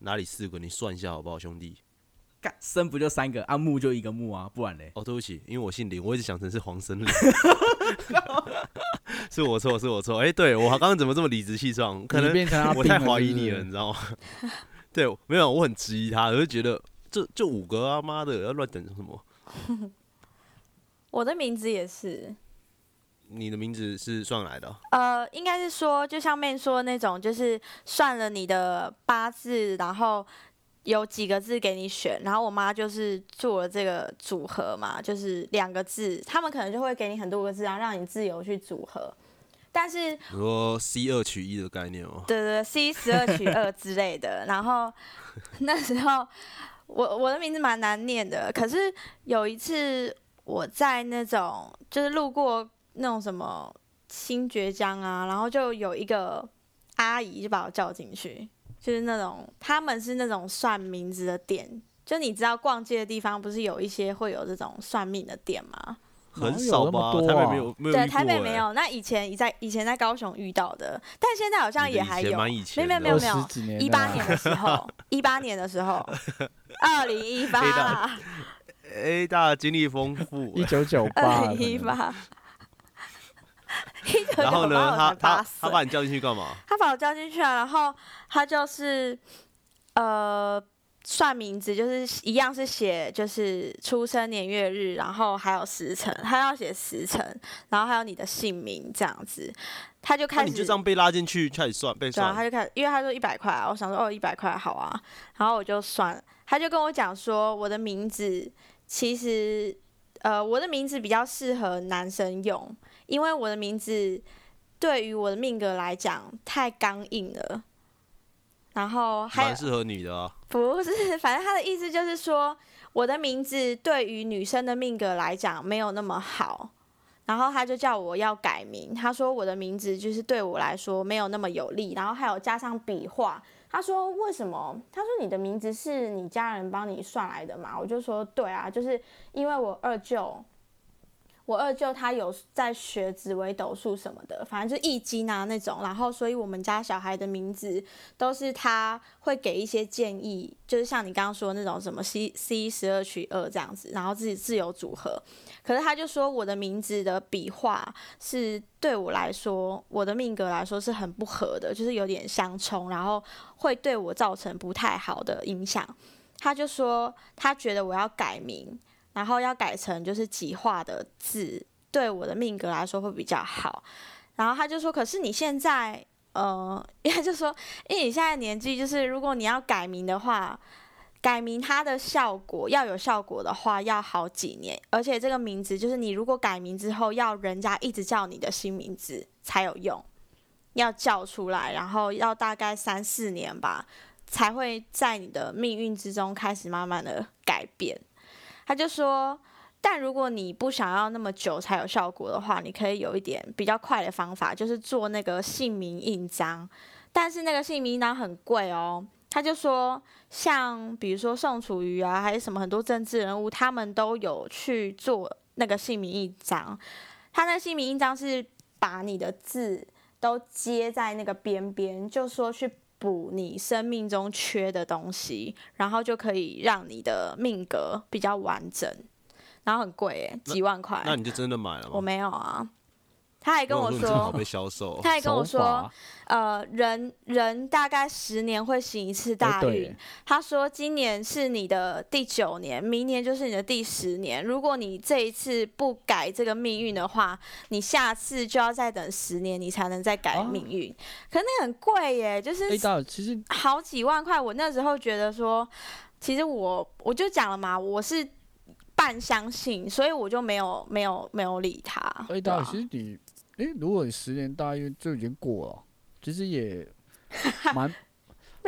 A: 哪里四个？你算一下好不好，兄弟？
C: 干生不就三个啊，木就一个木啊，不然嘞，
A: 哦，对不起，因为我姓林，我一直想成是黄森林， 是我错，是我错。哎、对我刚刚怎么这么理直气壮？可
B: 你
A: 能
B: 变成阿
A: 我
B: 斌
A: 太
B: 了
A: 怀
B: 是
A: 疑
B: 不
A: 你
B: 是
A: 了，你知道吗？ 对，没有，我很质疑他，我就觉得这这五个啊，妈的，要乱整什么？
D: 我的名字也是，
A: 你的名字是算来的啊、
D: 呃，应该是说，就像面说的那种，就是算了你的八字，然后有几个字给你选，然后我妈就是做了这个组合嘛，就是两个字，他们可能就会给你很多个字，然后让你自由去组合。但是，
A: 你说 C 二取一的概念哦。
D: 对 对对，C 十二取 二之类的。然后那时候我我的名字蛮难念的，可是有一次我在那种就是路过那种什么新觉江啊，然后就有一个阿姨就把我叫进去，就是那种他们是那种算名字的店，就你知道逛街的地方不是有一些会有这种算命的店吗？
A: 很
B: 哪有
A: 少
B: 那
A: 吧？
B: 么多
A: 台北
B: 啊
A: 没有没有
D: 对，
A: 遇
D: 台北
A: 过
D: 没
A: 欸，
D: 有。那以前在以前在高雄遇到的，但现在好像
A: 你的
D: 也
A: 以
D: 还
A: 前
D: 有。
A: 蛮以前
D: 没
A: 的
D: 有没有
B: 二
D: 没有
B: 十几年
D: 一
B: 了啊
D: 八 年的 时候，一八年的时候，二零一八
A: 黑道
D: 啦，
A: A 哎大经历丰富
B: 一
A: 欸，
B: 九九八，
D: 二零呃一八，一九
A: 然后
D: 九八
A: 呢，他
D: 我才八
A: 他他
D: 岁。
A: 把你叫进去干嘛？
D: 他把我叫进去了，啊然后他就是呃算名字，就是一样是写就是出生年月日，然后还有时辰，他要写时辰，然后还有你的姓名这样子，他就
A: 那
D: 开
A: 啊哦你
D: 始
A: 就这样被拉进去开始算被
D: 对啊，他
A: 算，
D: 就开始，因为他说一百块啊，我想说哦一百块好啊，然后我就算，他就跟我讲说我的名字其实呃我的名字比较适合男生用，因为我的名字对于我的命格来讲太刚硬了。然后还有
A: 蛮适合你的啊。
D: 不是， 反正他的意思就是说，我的名字对于女生的命格来讲没有那么好，然后他就叫我要改名。他说我的名字就是对我来说没有那么有利，然后还有加上笔画。他说为什么？他说你的名字是你家人帮你算来的嘛？我就说对啊，就是因为我二舅。我二舅他有在学紫微斗数什么的，反正就易经啊那种，然后所以我们家小孩的名字都是他会给一些建议，就是像你刚刚说的那种什么 C C 十二取二这样子，然后自己自由组合。可是他就说我的名字的笔画是对我来说，我的命格来说是很不合的，就是有点相冲，然后会对我造成不太好的影响。他就说他觉得我要改名，然后要改成就是几画的字，对我的命格来说会比较好。然后他就说，可是你现在。呃， 因为他就说因为你现在年纪，就是如果你要改名的话，改名它的效果要有效果的话，要好几年，而且这个名字就是你如果改名之后，要人家一直叫你的新名字才有用，要叫出来，然后要大概三四年吧，才会在你的命运之中开始慢慢的改变。他就说。但如果你不想要那么久才有效果的话，你可以有一点比较快的方法，就是做那个姓名印章。但是那个姓名印章很贵哦。他就说，像比如说宋楚瑜啊，还是什么很多政治人物，他们都有去做那个姓名印章。他那个姓名印章是把你的字都接在那个边边，就说去补你生命中缺的东西，然后就可以让你的命格比较完整。然后很贵耶，几万块。
A: 那你就真的买了吗？
D: 哎我没有啊。他还跟
A: 我
D: 我
A: 想你这么好
D: 说，
A: 被销售 哦，
D: 他还跟我
B: 手
D: 说，
B: 法
D: 呃，人人大概十年会行一次
B: 哎
D: 大
B: 对
D: 运
B: 耶。
D: 他说今年是你的第九年，明年就是你的第十年。如果你这一次不改这个命运的话，你下次就要再等十年，你才能再改
B: 啊
D: 命运。可那很贵耶，就是
B: A 大其实
D: 好几万块。我那时候觉得说，其实我我就讲了嘛，我是半相信，所以我就没有没有没有理他。
B: A
D: 对
B: 大
D: 啊
B: 其实你哎、如果你十年大运就已经过了，其实也 蛮。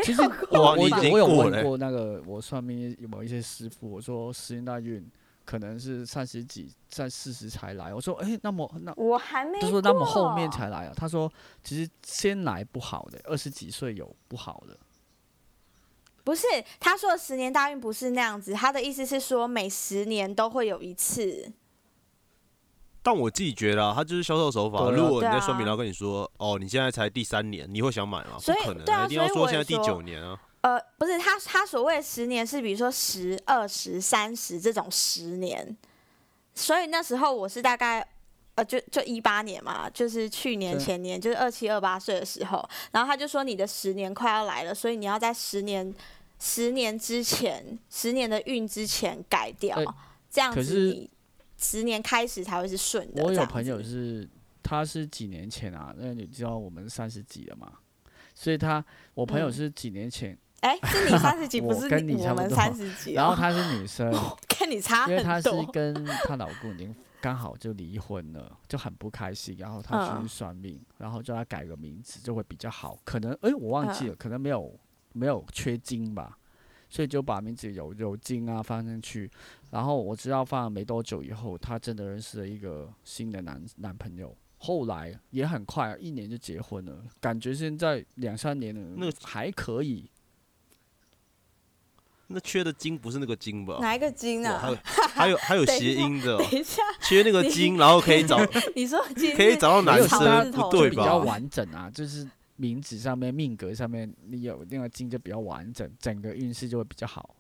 B: 其实
A: 哇
B: 我
A: 你
B: 我
A: 已经
B: 我有
A: 过
B: 问
A: 了
B: 过那个我算命有某一些师傅，我说十年大运可能是三十几、在四十才来。我说哎、那么那
D: 我还没
B: 他说那么后
D: 过
B: 面才来啊。他说其实先来不好的，二十几岁有不好的。
D: 不是，他说的十年大运不是那样子，他的意思是说每十年都会有一次。
A: 但我自己觉得、啊，他就是销售手法。
B: 对啊
A: 如果你
D: 对
A: 在
D: 啊
A: 算命，然后跟你说，哦，你现在才第三年，你会想买吗？不
D: 所以
A: 可能、
D: 对啊
A: 一定要
D: 所以
A: 说
D: 我
A: 现在
D: 也
A: 第
D: 说
A: 九年啊。
D: 呃，不是他他所谓的十年是比如说十、二十、三十这种十年，所以那时候我是大概呃就就一八年嘛，就是去年
B: 对
D: 前年就是二七二八岁的时候，然后他就说你的十年快要来了，所以你要在十年十年之前，十年的运之前改掉，
B: 哎
D: 这样子
B: 可是
D: 你十年开始才会是顺的。
B: 我
D: 这
B: 有
D: 样
B: 朋友
D: 子
B: 是，他是几年前啊，那你知道我们三十几了嘛，所以他我朋友
D: 嗯
B: 是几年前，
D: 哎、是你三十 几，不
B: 我
D: 是
B: 跟你
D: 我
B: 差不
D: 们
B: 多
D: 三十几、哦，
B: 然后她是女 生，
D: 跟你差
B: 因为她
D: 很
B: 是
D: 多。
B: 跟她老公已经刚好就离婚了，就很不开心，然后她去
D: 嗯
B: 算命，然后叫她改个名字就会比较好，可能哎、我忘
D: 嗯
B: 记了，可能没有没有缺金吧。所以就把名字有有金啊放进去，然后我知道放了没多久以后，她真的认识了一个新的男男朋友，后来也很快、啊一年就结婚了，感觉现在两三年了，
A: 那个
B: 还可以。
A: 那缺的金不是那个金吧？哦
D: 哪一个金
A: 哇还有
D: 啊？
A: 还有还有
D: 等一
A: 谐
D: 下
A: 音的哦、
D: 等一下，
A: 缺那个 金，然后可以找
D: 你说金
A: 可以找到
B: 没
A: 男
B: 有
D: 草
B: 大
A: 生，
D: 字头
A: 不
B: 就
A: 对
B: 比较
A: 吧？
B: 完整啊，就是名字上面、命格上面，你有那个金就比较完整，整个运势就会比较好。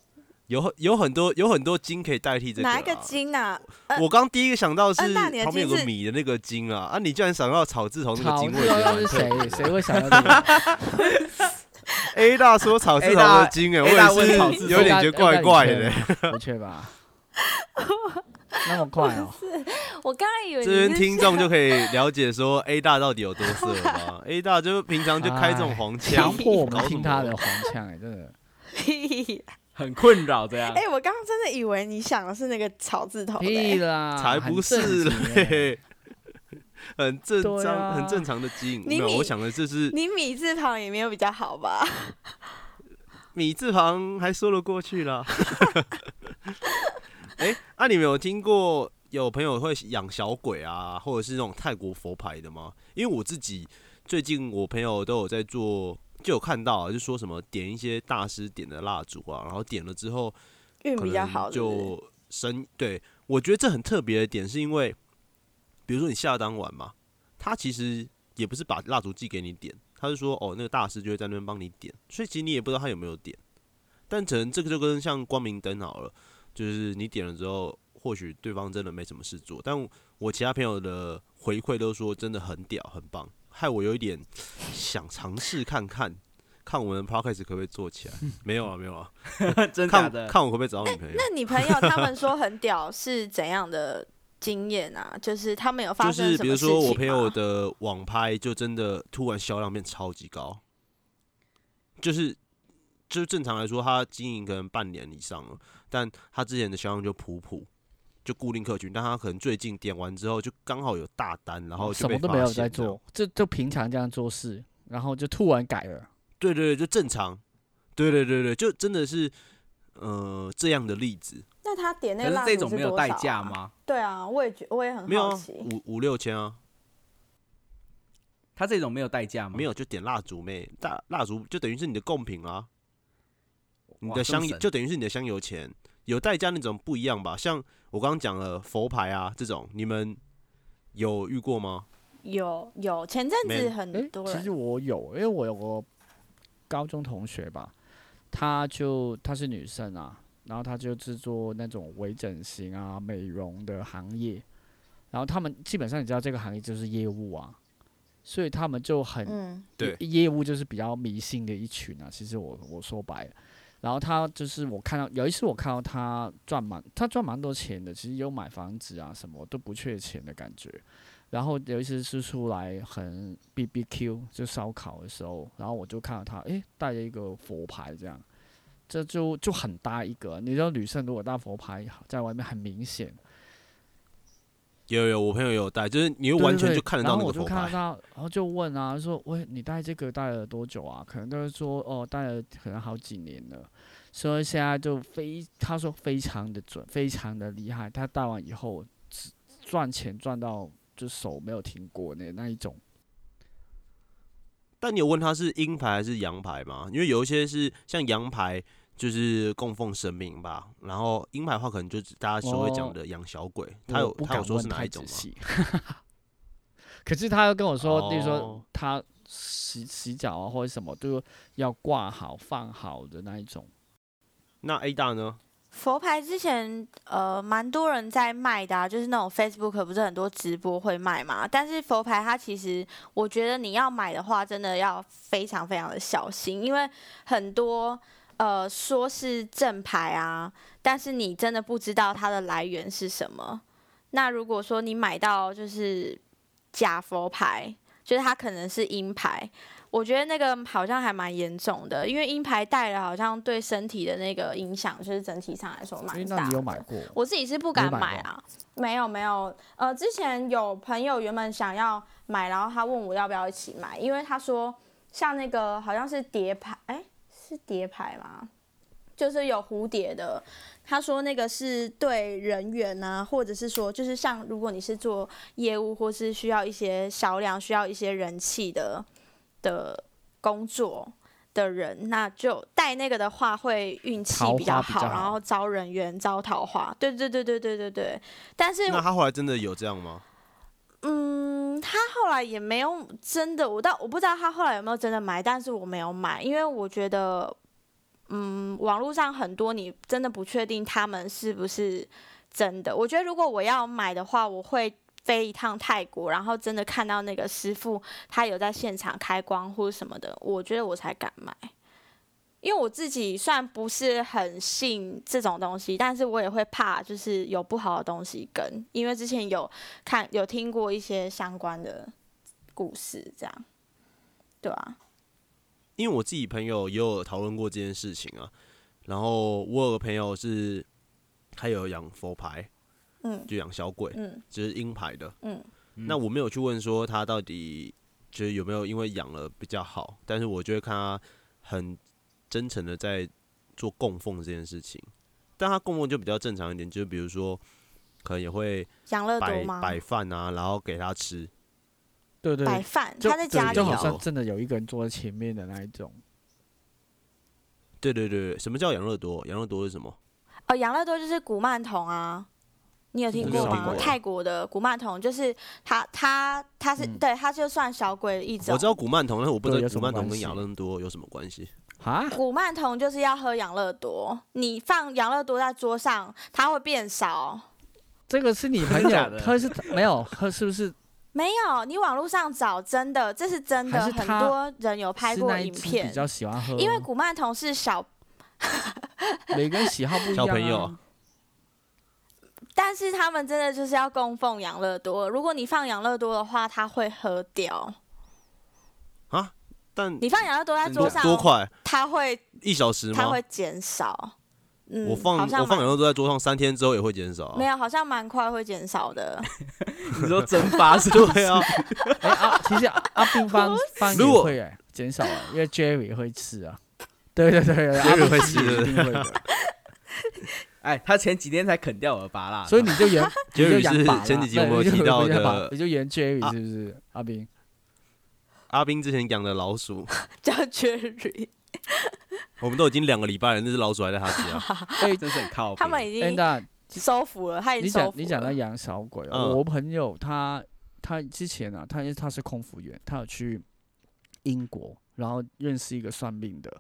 A: 有很有很多有很多金可以代替这
D: 哪
A: 啊
D: 一个金啊？
A: 我刚第一个想到是
D: 嗯那你的
A: 旁边有
D: 金
A: 个
D: 是
A: 米的那个金啊，啊，你居然想到草字头那个
B: 草
A: 金，
B: 字
A: 我也觉
B: 头
A: 得蛮
B: 又是
A: 特别
B: 谁？
A: 的
B: 谁会想到这 个？
A: A 大说草字头
C: A 大
A: 的金哎、
C: A 大
A: 我
C: 问草
A: 也
C: 字
A: 是
C: 头
A: 有点觉得怪怪的、
B: 不缺吧？那么快 哦！
D: 我刚刚以为
A: 这
D: 你
A: 边
D: 是
A: 听众就可 以了解说 A 大到底有多色了吧？A 大就平常就开这种黄
B: 哎强
A: 腔，
B: 迫我
A: 搞
B: 们
A: 什
B: 听
A: 么
B: 他的黄腔，哎，真的。
D: 屁
C: 很困扰这样
D: 哎、。我刚刚真的以为你想的是那个草字头的、
B: 屁
D: 欸，
B: 啦，
A: 才不是
B: 嘞！
A: 嘞， 很正
B: 欸对
A: 常，
B: 啊
A: 很正常的基因。没
D: 你
A: 有，
D: 米
A: 我想的就是
D: 你米字旁也没有比较好吧？
A: 米字旁还说得过去 啦。哎、啊，你们有听过有朋友会养小鬼啊，或者是那种泰国佛牌的吗？因为我自己最近我朋友都有在做，就有看到、啊，就说什么点一些大师点的蜡烛啊，然后点了之后
D: 运
A: 可
D: 比较好
A: 能
D: 是不是
A: 就生对，我觉得这很特别的点是因为，比如说你下单完嘛，他其实也不是把蜡烛寄给你点，他是说哦那个大师就会在那边帮你点，所以其实你也不知道他有没有点，但可能这个就跟像光明灯好了，就是你点了之后，或许对方真的没什么事做，但我其他朋友的回馈都说真的很屌很棒，害我有一点想尝试看看。看我们的 podcast 可不可以做起来？没有啊，没有啊，
C: 真假
A: 看
C: 的？
A: 看我会不会找到女朋友。
D: 那你朋友他们说很屌是怎样的经验啊？就是他们有发
A: 就
D: 生
A: 是
D: 什
A: 比
D: 么
A: 如
D: 事情
A: 说我
D: 吗
A: 朋友的网拍，就真的突然销量变超级高，就是就是正常来说，他经营可能半年以上了，但他之前的销量就普普，就固定客群，但他可能最近点完之后，就刚好有大单，然后就
B: 哦什
A: 被
B: 么都
A: 发
B: 没有
A: 现
B: 在
A: 这样
B: 做，就就平常这样做事，然后就突然改了。
A: 对对对，就正常，对对对对，就真的是呃这样的例子，
D: 那他点那
C: 可
D: 个
C: 是
D: 蜡烛
C: 这种没有
D: 多少
C: 代价
D: 啊？
C: 吗？
D: 对啊，我也觉我也很
A: 没有
D: 好
A: 啊
D: 奇，
A: 五五六千啊，
C: 他这种没有代价吗？
A: 没有就点蜡烛妹，大蜡烛就等于是你的贡品啊。你
C: 哇
A: 的
C: 这么
A: 香油
C: 神
A: 就等于是你的香油钱，有代价那种不一样吧？像我刚刚讲了佛牌啊这种，你们有遇过吗？
D: 有有前阵子
A: Man
B: 诶，
D: 很多
B: 其
D: 人
B: 实我有，因为我有个高中同学吧，她就她是女生啊，然后她就制作那种微整形啊、美容的行业，然后他们基本上你知道这个行业就是业务啊，所以他们就很
D: 嗯
A: 对
B: 业业务就是比较迷信的一群啊。其实我我说白了，然后他就是我看到有一次我看到他赚蛮他赚蛮多钱的，其实有买房子啊什么都不缺钱的感觉。然后有一次是出来很 B B Q 就烧烤的时候，然后我就看到他诶带着一个佛牌这样，这就就很搭一个。你知道女生如果带佛牌在外面很明显，
A: 有有，我朋友有带，就是你又
B: 对
A: 完
B: 对
A: 全
B: 对
A: 就看得
B: 然
A: 到
B: 后
A: 那
B: 我
A: 个
B: 就
A: 佛
B: 看得
A: 牌，
B: 到，然后就问啊，说喂，你戴这个戴了多久啊？可能都是说哦，戴了可能好几年了。所以现在就非他说非常的准，非常的厉害。他戴完以后只赚钱赚到就手没有停过那那一种。
A: 但你有问他是阴牌还是阳牌吗？因为有一些是像阳牌。就是供奉神明吧，然后阴牌的话，可能就是大家所谓讲
B: 哦
A: 的养小鬼。他有
B: 我不
A: 他有
B: 敢
A: 说
B: 问
A: 是哪
B: 太
A: 一
B: 仔
A: 种吗？
B: 细。 可是他又跟我说，例如说
A: 哦
B: 他洗洗脚啊或者什么，都要挂好放好的那一种。
A: 那 A 大呢？
D: 佛牌之前呃蛮多人在卖的、啊，就是那种 Facebook 不是很多直播会卖嘛。但是佛牌它其实我觉得你要买的话，真的要非常非常的小心，因为很多呃说是正牌啊，但是你真的不知道它的来源是什么。那如果说你买到就是假佛牌，就是它可能是阴牌，我觉得那个好像还蛮严重的，因为鹰牌戴了好像对身体的那个影响，就是整体上来说
B: 诶
D: 蛮
B: 那
D: 大
B: 你有
D: 的。
B: 买过？
D: 我自己是不敢
B: 哦没买
D: 买啊，没有没有，呃，之前有朋友原本想要买，然后他问我要不要一起买，因为他说像那个好像是蝶牌，哎、是蝶牌吗？就是有蝴蝶的，他说那个是对人员啊，或者是说就是像如果你是做业务或是需要一些销量、需要一些人气的的工作，的人，那就带那个的话会运气
B: 桃
D: 比较
B: 花比较
D: 好，然
B: 好
D: 后招人缘、招桃花。对对对对对对对。但是
A: 那他后来真的有这样吗？
D: 嗯，他后来也没有真的，我到我不知道他后来有没有真的买，但是我没有买，因为我觉得，嗯，网络上很多你真的不确定他们是不是真的。我觉得如果我要买的话，我会飞一趟泰国，然后真的看到那个师傅他有在现场开光或什么的，我觉得我才敢买。因为我自己虽然不是很信这种东西，但是我也会怕，就是有不好的东西跟，因为之前有看有听过一些相关的故事，这样，对啊，
A: 因为我自己朋友也有讨论过这件事情啊。然后我有个朋友是，他有养佛牌，
D: 嗯
A: 就养小鬼，
D: 嗯
A: 就是鹰牌的。
D: 嗯，
A: 那我没有去问说他到底就是有没有因为养了比较好，但是我就会看他很真诚的在做供奉这件事情。但他供奉就比较正常一点，就比如说可能也会
D: 养乐多
A: 摆
D: 吗？
A: 摆饭啊，然后给他吃。
B: 对对，
D: 摆饭，
B: 就
D: 他在家里
B: 就好
D: 哦，
B: 像真的有一个人坐在前面的那一种，
A: 对对对，对什么叫养乐多？养乐多是什么？
D: 哦，养乐多就是古曼童啊。你有听
A: 我没
D: 过
A: 有听
B: 欸
D: 吗？
A: 过
D: 泰国的古曼童就是他，他他是、
B: 嗯
D: 对，他就算小鬼的一种。
A: 我知道古曼童，但是我不知
B: 对有
A: 道
B: 什
A: 古
B: 么
A: 曼童
B: 关
A: 跟
B: 系
A: 养乐多有什么关系。
B: 啊，
D: 古曼童就是要喝养乐多，你放养乐多在桌上，它会变少。
B: 这个是你朋
C: 真假
B: 友，
C: 的
B: 他是没有，他是不是
D: 没有，你网络上找真的，这是真的，
B: 还是
D: 很
B: 他
D: 多人有拍
B: 是
D: 过
B: 那一
D: 影
B: 只
D: 片
B: 比。较喜欢喝？
D: 因为 古曼童是小
B: 每个人喜好不一样、
A: 小
B: 啊。
A: 朋友，
D: 但是他们真的就是要供奉养乐多，如果你放养乐多的话，他会喝掉。
A: 啊，但
D: 你放养乐多在桌
A: 多
D: 上，
A: 多快
D: 它会
A: 一小时
D: 它
A: 吗
D: 会？减少。嗯，
A: 我放
D: 好
A: 我
D: 像
A: 放
D: 蛮
A: 养乐多在桌上三天之后也会减少
D: 没
A: 啊。
D: 有，好像蛮快会减少的。
C: 你说蒸发是不
A: 对
C: 是？
A: 啊，
B: 哎、啊，其实阿阿兵方方也
A: 如果
B: 会哎、减少了，因为 Jerry 会吃啊。对对对对，阿
A: Jerry
B: 兵
A: 会
B: 其实
A: 吃
B: 一定会的。
C: 哎，他前几天才啃掉我的拔蜡，
B: 所 以你就原你就
A: Jerry
B: 养
A: 是
B: 把啦
A: 前几集
B: 对
A: 我们有
B: 你就
A: 提到
B: 你就
A: 的
B: 把你就原 Jerry
A: 啊
B: 是不是？阿兵，
A: 阿斌之前养的老鼠，
D: 叫 Jerry，
A: 我们都已经两个礼拜了，那只老鼠还在他家。
B: 哎
C: 真是很靠
D: 他们
C: 北
D: 已
B: 哎
D: 经
B: 那
D: 收服了，他
B: 你
D: 已经收
B: 讲
D: 服
B: 你讲到
D: 了。
B: 养小鬼啊，
A: 嗯
B: 我朋友他他之前啊，他因为他是空服员，他有去英国，然后认识一个算命的，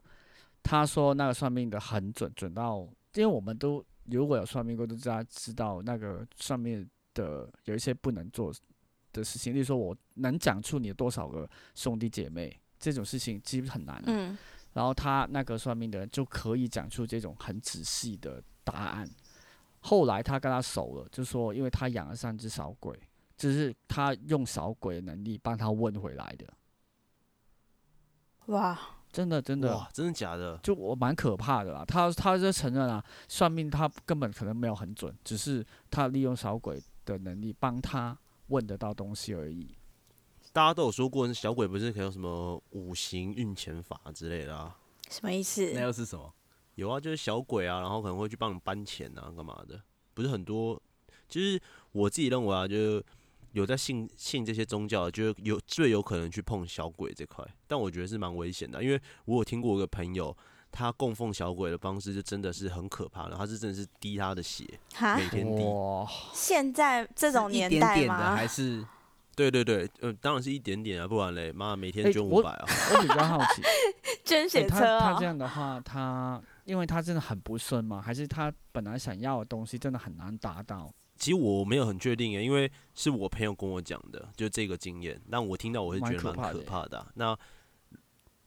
B: 他说那个算命的很准，准到因为我们都如果有算命过，都知道知道那个算命的呃有一些不能做的事情，例如说我能讲出你有多少个兄弟姐妹这种事情，其实很难啊、
D: 嗯，
B: 然后他那个算命的人就可以讲出这种很仔细的答案。后来他跟他熟了，就说因为他养了三只小鬼，就是他用小鬼的能力帮他问回来的，
D: 哇，
B: 真的真的。
A: 哇，真的假的？
B: 就我蛮可怕的啦，他他就承认啊，算命他根本可能没有很准，只是他利用小鬼的能力帮他问得到东西而已。
A: 大家都有说过，小鬼不是可能有什么五行运钱法之类的啊？
D: 什么意
C: 那
D: 思？
C: 又是什么？
A: 有啊，就是小鬼啊，然后可能会去帮你搬钱啊，干嘛的？不是很多，就是我自己认为啊，就是有在信信这些宗教的，就是有最有可能去碰小鬼这块，但我觉得是蛮危险的，因为我有听过一个朋友，他供奉小鬼的方式就真的是很可怕的，他是真的是滴他的血，
D: 哈，
A: 每天滴，
B: 哇，
D: 现在这种
C: 是一
D: 年
C: 点
D: 代
C: 点的
D: 吗？
C: 还是
A: 对对对，呃，当然是一点点啊，不然嘞，妈每天
B: 哎
A: 捐五
B: 我
A: 百啊，
B: 我比较好奇，
D: 捐
B: 欸
D: 血车
B: 他他这
D: 哦，
B: 样的话，他因为他真的很不顺嘛，还是他本来想要的东西真的很难达到？
A: 其实我没有很确定耶，因为是我朋友跟我讲的，就这个经验，但我听到我是觉
B: 蛮
A: 得
B: 可怕
A: 蛮
B: 的
A: 可
B: 耶
A: 怕的啊、那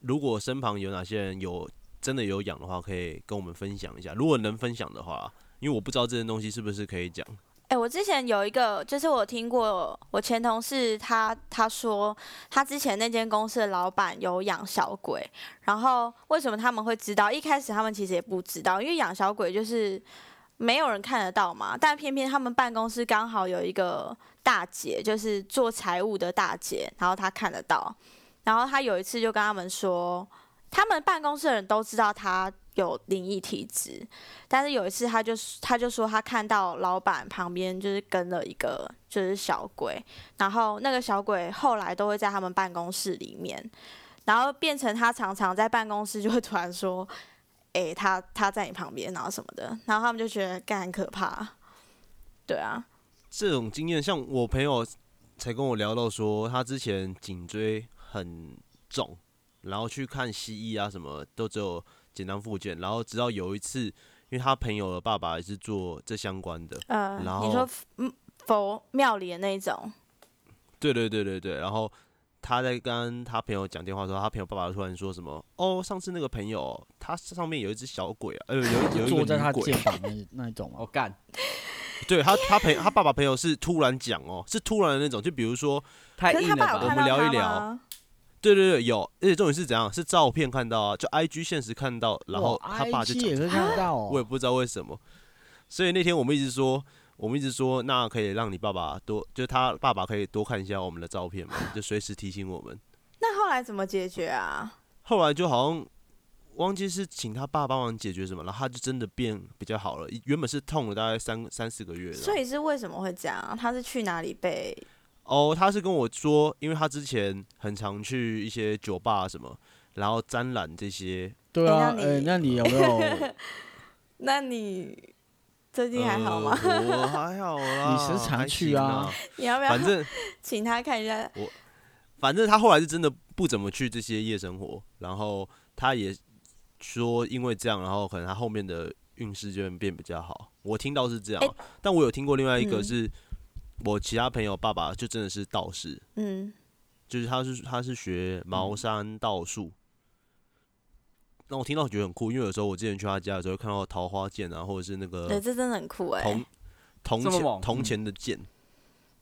A: 如果身旁有哪些人有真的有养的话，可以跟我们分享一下。如果能分享的话，因为我不知道这些东西是不是可以讲。
D: 哎、我之前有一个，就是我听过我前同事他他说，他之前那间公司的老板有养小鬼，然后为什么他们会知道？一开始他们其实也不知道，因为养小鬼就是没有人看得到嘛，但偏偏他们办公室刚好有一个大姐，就是做财务的大姐，然后她看得到，然后她有一次就跟他们说，他们办公室的人都知道她有灵异体质，但是有一次，他就他就说他看到老板旁边就是跟了一个就是小鬼，然后那个小鬼后来都会在他们办公室里面，然后变成他常常在办公室就会突然说：“诶，他他在你旁边，然后什么的。”然后他们就觉得干很可怕。对啊，
A: 这种经验，像我朋友才跟我聊到说，他之前颈椎很重，然后去看西医啊什么，都只有简单复健，然后直到有一次，因为他朋友的爸爸也是做这相关的，
D: 呃，
A: 然
D: 你说
A: 后
D: 嗯佛庙里的那一种，
A: 对对对对对，然后他在跟他朋友讲电话的时候，他朋友爸爸突然说什么：“哦，上次那个朋友他上面有一只小鬼啊，呃，有一有一
B: 坐在
A: 个
B: 他
A: 女鬼
B: 肩。膀那那一种
C: 我
B: 吗？
C: 哦干，”
A: 对他他朋他爸爸朋友是突然讲哦，是突然的那种，就比如说
C: 太
D: 可是
C: 硬了
D: 他爸有
A: 我
D: 看
A: 们
C: 吧？
D: 到
A: 聊一
D: 他
A: 聊
D: 吗？
A: 对对对，有，而且重点是怎样？是照片看到啊，就 I G 现实看到， 然后
B: 哇
A: 他爸就
B: IG
A: 讲
B: 也
A: 出
B: 会看到
A: 我也
B: 哦，
A: 不知道为什么。所以那天我们一直说，我们一直说，那可以让你爸爸多，就是他爸爸可以多看一下我们的照片嘛，就随时提醒我们。
D: 那后来怎么解决啊？
A: 后来就好像忘记是请他爸帮忙解决什么，然后他就真的变比较好了。原本是痛了大概三三四个月的，
D: 所以是为什么会这样啊？他是去哪里被？
A: 哦，他是跟我说，因为他之前很常去一些酒吧什么，然后沾染这些。
B: 对啊，
D: 哎那
B: 哎，
D: 你
B: 那你有没有？
D: 那你最近还好吗？
A: 呃我还好啦，
B: 你时常
A: 还
B: 去
A: 行
B: 啊
A: 啊，
D: 你要不要
A: 反正
D: 请他看一下？嗯
A: 反正他后来是真的不怎么去这些夜生活，然后他也说因为这样，然后可能他后面的运势就会变比较好。我听到是这样啊，但我有听过另外一个
D: 嗯
A: 是、我其他朋友爸爸就真的是道士，
D: 嗯，
A: 就是他是他是学茅山道术。那我听到觉得很酷，因为有时候我之前去他家的时候，看到桃花剑啊，或者是那个
D: 对，这真的很酷哎、
A: 铜铜
C: 这么
A: 钱
C: 猛
A: 铜
C: 嗯
A: 钱的剑，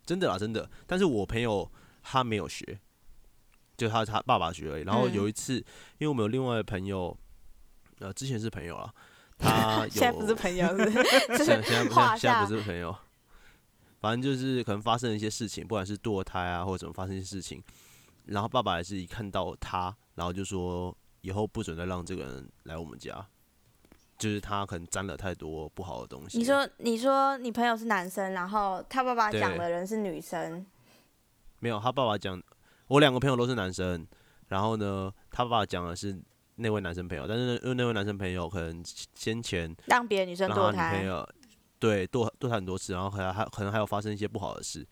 A: 真的啦，真的。但是我朋友他没有学，就他他爸爸学而已。然后
D: 嗯
A: 有一次，因为我们有另外的朋友，呃，之前是朋友啊，他有
D: 现在不是朋友 是不是就
A: 现在现在
D: 是
A: 不是
D: 画
A: 现在
D: 下
A: 不是朋友，反正就是可能发生了一些事情，不管是堕胎啊或者怎么发生一些事情，然后爸爸也是一看到他，然后就说以后不准再让这个人来我们家，就是他可能沾了太多不好的东西。
D: 你说，你说你朋友是男生，然后他爸爸
A: 对
D: 讲的人是女生，
A: 没有，他爸爸讲，我两个朋友都是男生，然后呢，他爸爸讲的是那位男生朋友，但是那那位男生朋友可能先前
D: 让别的女生
A: 让
D: 堕
A: 他女朋
D: 胎，
A: 友对堕堕胎很多次，然后可能还可能还有发生一些不好的事，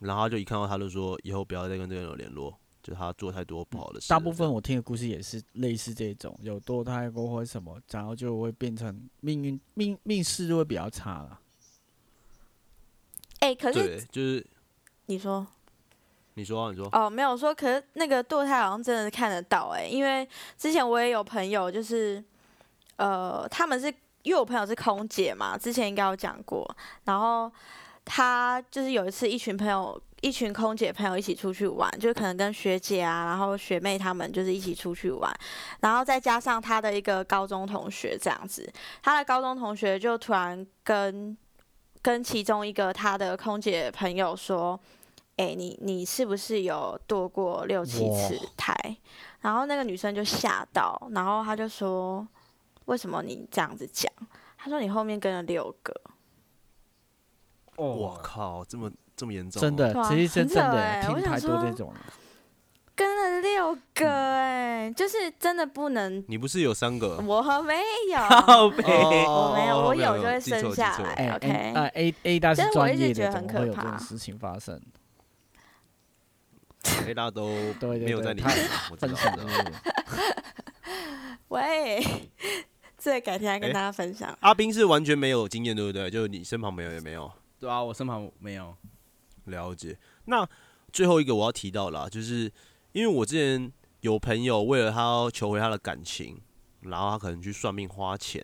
A: 然后他就一看到他就说以后不要再跟这个人有联络，就他做太多不好的事了。
B: 大部分我听的故事也是类似这种，有堕胎过或者什么，然后就会变成命运命命势就会比较差了。
D: 哎、可
A: 这样
D: 是
A: 对，就是
D: 你说
A: 你说啊、你说，
D: 哦，没有说，可是那个堕胎好像真的是看得到哎、因为之前我也有朋友，就是呃，他们是因为我朋友是空姐嘛，之前应该有讲过，然后他就是有一次一群朋友。一群空姐朋友一起出去玩，就是可能跟学姐啊，然后学妹她们就是一起出去玩，然后再加上他的一个高中同学这样子，他的高中同学就突然跟跟其中一个他的空姐朋友说，哎、你你是不是有堕过六七次胎？然后那个女生就吓到，然后她就说，为什么你这样子讲？她说你后面跟了六个，
A: 我
C: 哦，
A: 靠，这么这么严重、啊
B: 真，的，
D: 哇
B: 其实是真
D: 很扯
B: 的、
D: 欸我
B: 听
D: 想
B: 太多这
D: 说
B: 种了。
D: 跟了六个、哎、就是真的不能，
A: 你不是有三个？
D: 我没有，我
A: 我
D: 没有，我有就会
A: 记错
D: 生
A: 记
D: 下
A: 错
D: 来
B: 哎、
D: ，OK，
B: 那 A A 大是
D: 但是我一
B: 专
D: 直
B: 业
D: 觉
B: 的，
D: 得
B: 怎
D: 很
B: 么
D: 可
B: 会有这
D: 怕
B: 种事情发生？
A: 哎，大家都
B: 对对
A: 没有在
B: 对
A: 理
B: 他
A: 解我，知
B: 分
A: 道
B: 享
A: 的
B: 的。那个
D: 喂，这个改天来跟
A: 哎
D: 大家分享。
A: 阿斌是完全没有经验，对不对？就你身旁朋友也没有
C: 对啊，我身旁没有。
A: 了解。那最后一个我要提到啦，就是因为我之前有朋友为了他要求回他的感情，然后他可能去算命花钱，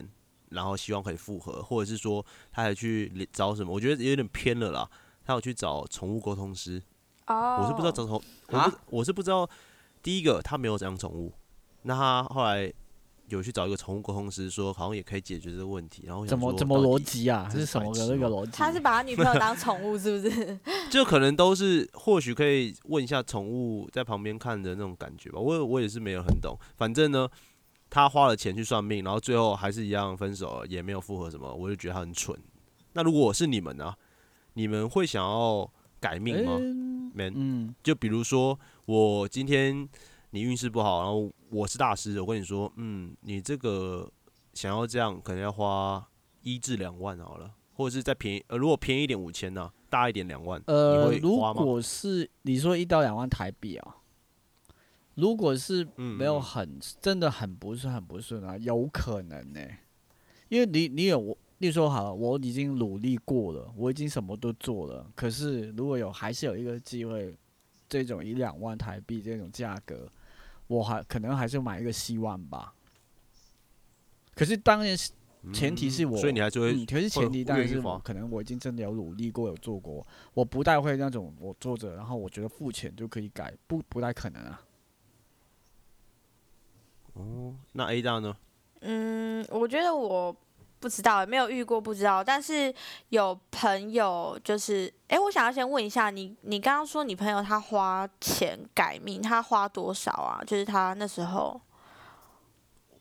A: 然后希望可以复合，或者是说他还去找什么，我觉得有点偏了啦。他有去找宠物沟通师，
D: 哦，
A: 我是不知道找宠，我
C: 啊
A: 不我是不知道。第一个他没有养宠物，那他后来有去找一个宠物沟通师，说好像也可以解决这个问题。然后我想
B: 怎么
A: 说
B: 怎么
A: 到底
B: 逻辑啊？
A: 这
B: 是
A: 是
B: 什
A: 白
B: 么
A: 痴
B: 个那个
A: 吗
B: 逻辑？
D: 他是把他女朋友当宠物，是不 是？
A: 就可能都是或许可以问一下宠物在旁边看的那种感觉吧。我我也是没有很懂，反正呢，他花了钱去算命，然后最后还是一样分手了，也没有复合什么，我就觉得他很蠢。那如果我是你们呢、你们会想要改命吗
B: 嗯
A: ？man，
B: 嗯，
A: 就比如说我今天你运势不好，然后我是大师，我跟你说，嗯，你这个想要这样，可能要花一至两万好了，或者是再便宜，呃，如果便宜一点五千呢，大一点两万，
B: 呃，
A: 你
B: 如
A: 会花吗？
B: 果是你说一到两万台币啊，如果是
A: 嗯，
B: 没有
A: 嗯
B: 很真的很不顺很不顺啊，有可能呢、因为你你有我，例如说好，我已经努力过了，我已经什么都做了，可是如果有还是有一个机会，这种一两万台币这种价格，我还可能还是买一个希望吧。可是当然是前提是我，
A: 嗯所以你还是会
B: 嗯，可是前提当然是我
A: 吗？
B: 可能我已经真的有努力过，有做过，我不太会那种我做着，然后我觉得付钱就可以改，不不太可能啊。
A: 那 A 大呢？
D: 嗯，我觉得我不知道，没有遇过不知道，但是有朋友就是，哎、我想要先问一下你，你刚刚说你朋友他花钱改名，他花多少啊？就是他那时候，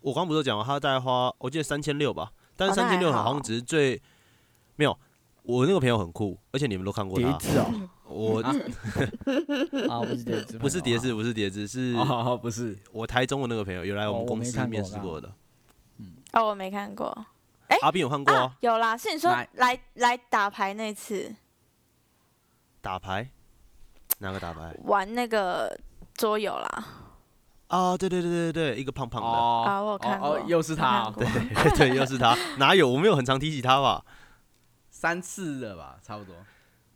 A: 我刚不是讲了，他大概花，我记得三千六吧，但是
D: 哦那
A: 三千
D: 还
A: 六
D: 好
A: 好像只是最没有。我那个朋友很酷，而且你们都看过
B: 叠
A: 他。
B: 字哦，
A: 我
B: 啊，不是叠 字，
A: 不是叠字，不是叠字，是
C: 哦，不是，
A: 我台中的那个朋友，有来我
B: 哦
A: 们
B: 我
A: 公
B: 没
A: 司
B: 看过
A: 面试
B: 那
A: 过
D: 啊
A: 的。
D: 哦，我没看过
A: 阿斌有看过
D: 啊
A: 啊，
D: 有啦，是你说
C: 哪
D: 来来打牌那次
A: 打牌，哪个打牌
D: 玩那个桌游啦，
A: 啊？对对对对对，一个胖胖的，
D: 啊我有看过
C: 哦哦，又是他哦
D: 我，看 过
A: 对，又是他，哪有？我没有很常提起他吧。
C: 三次了吧，差不多。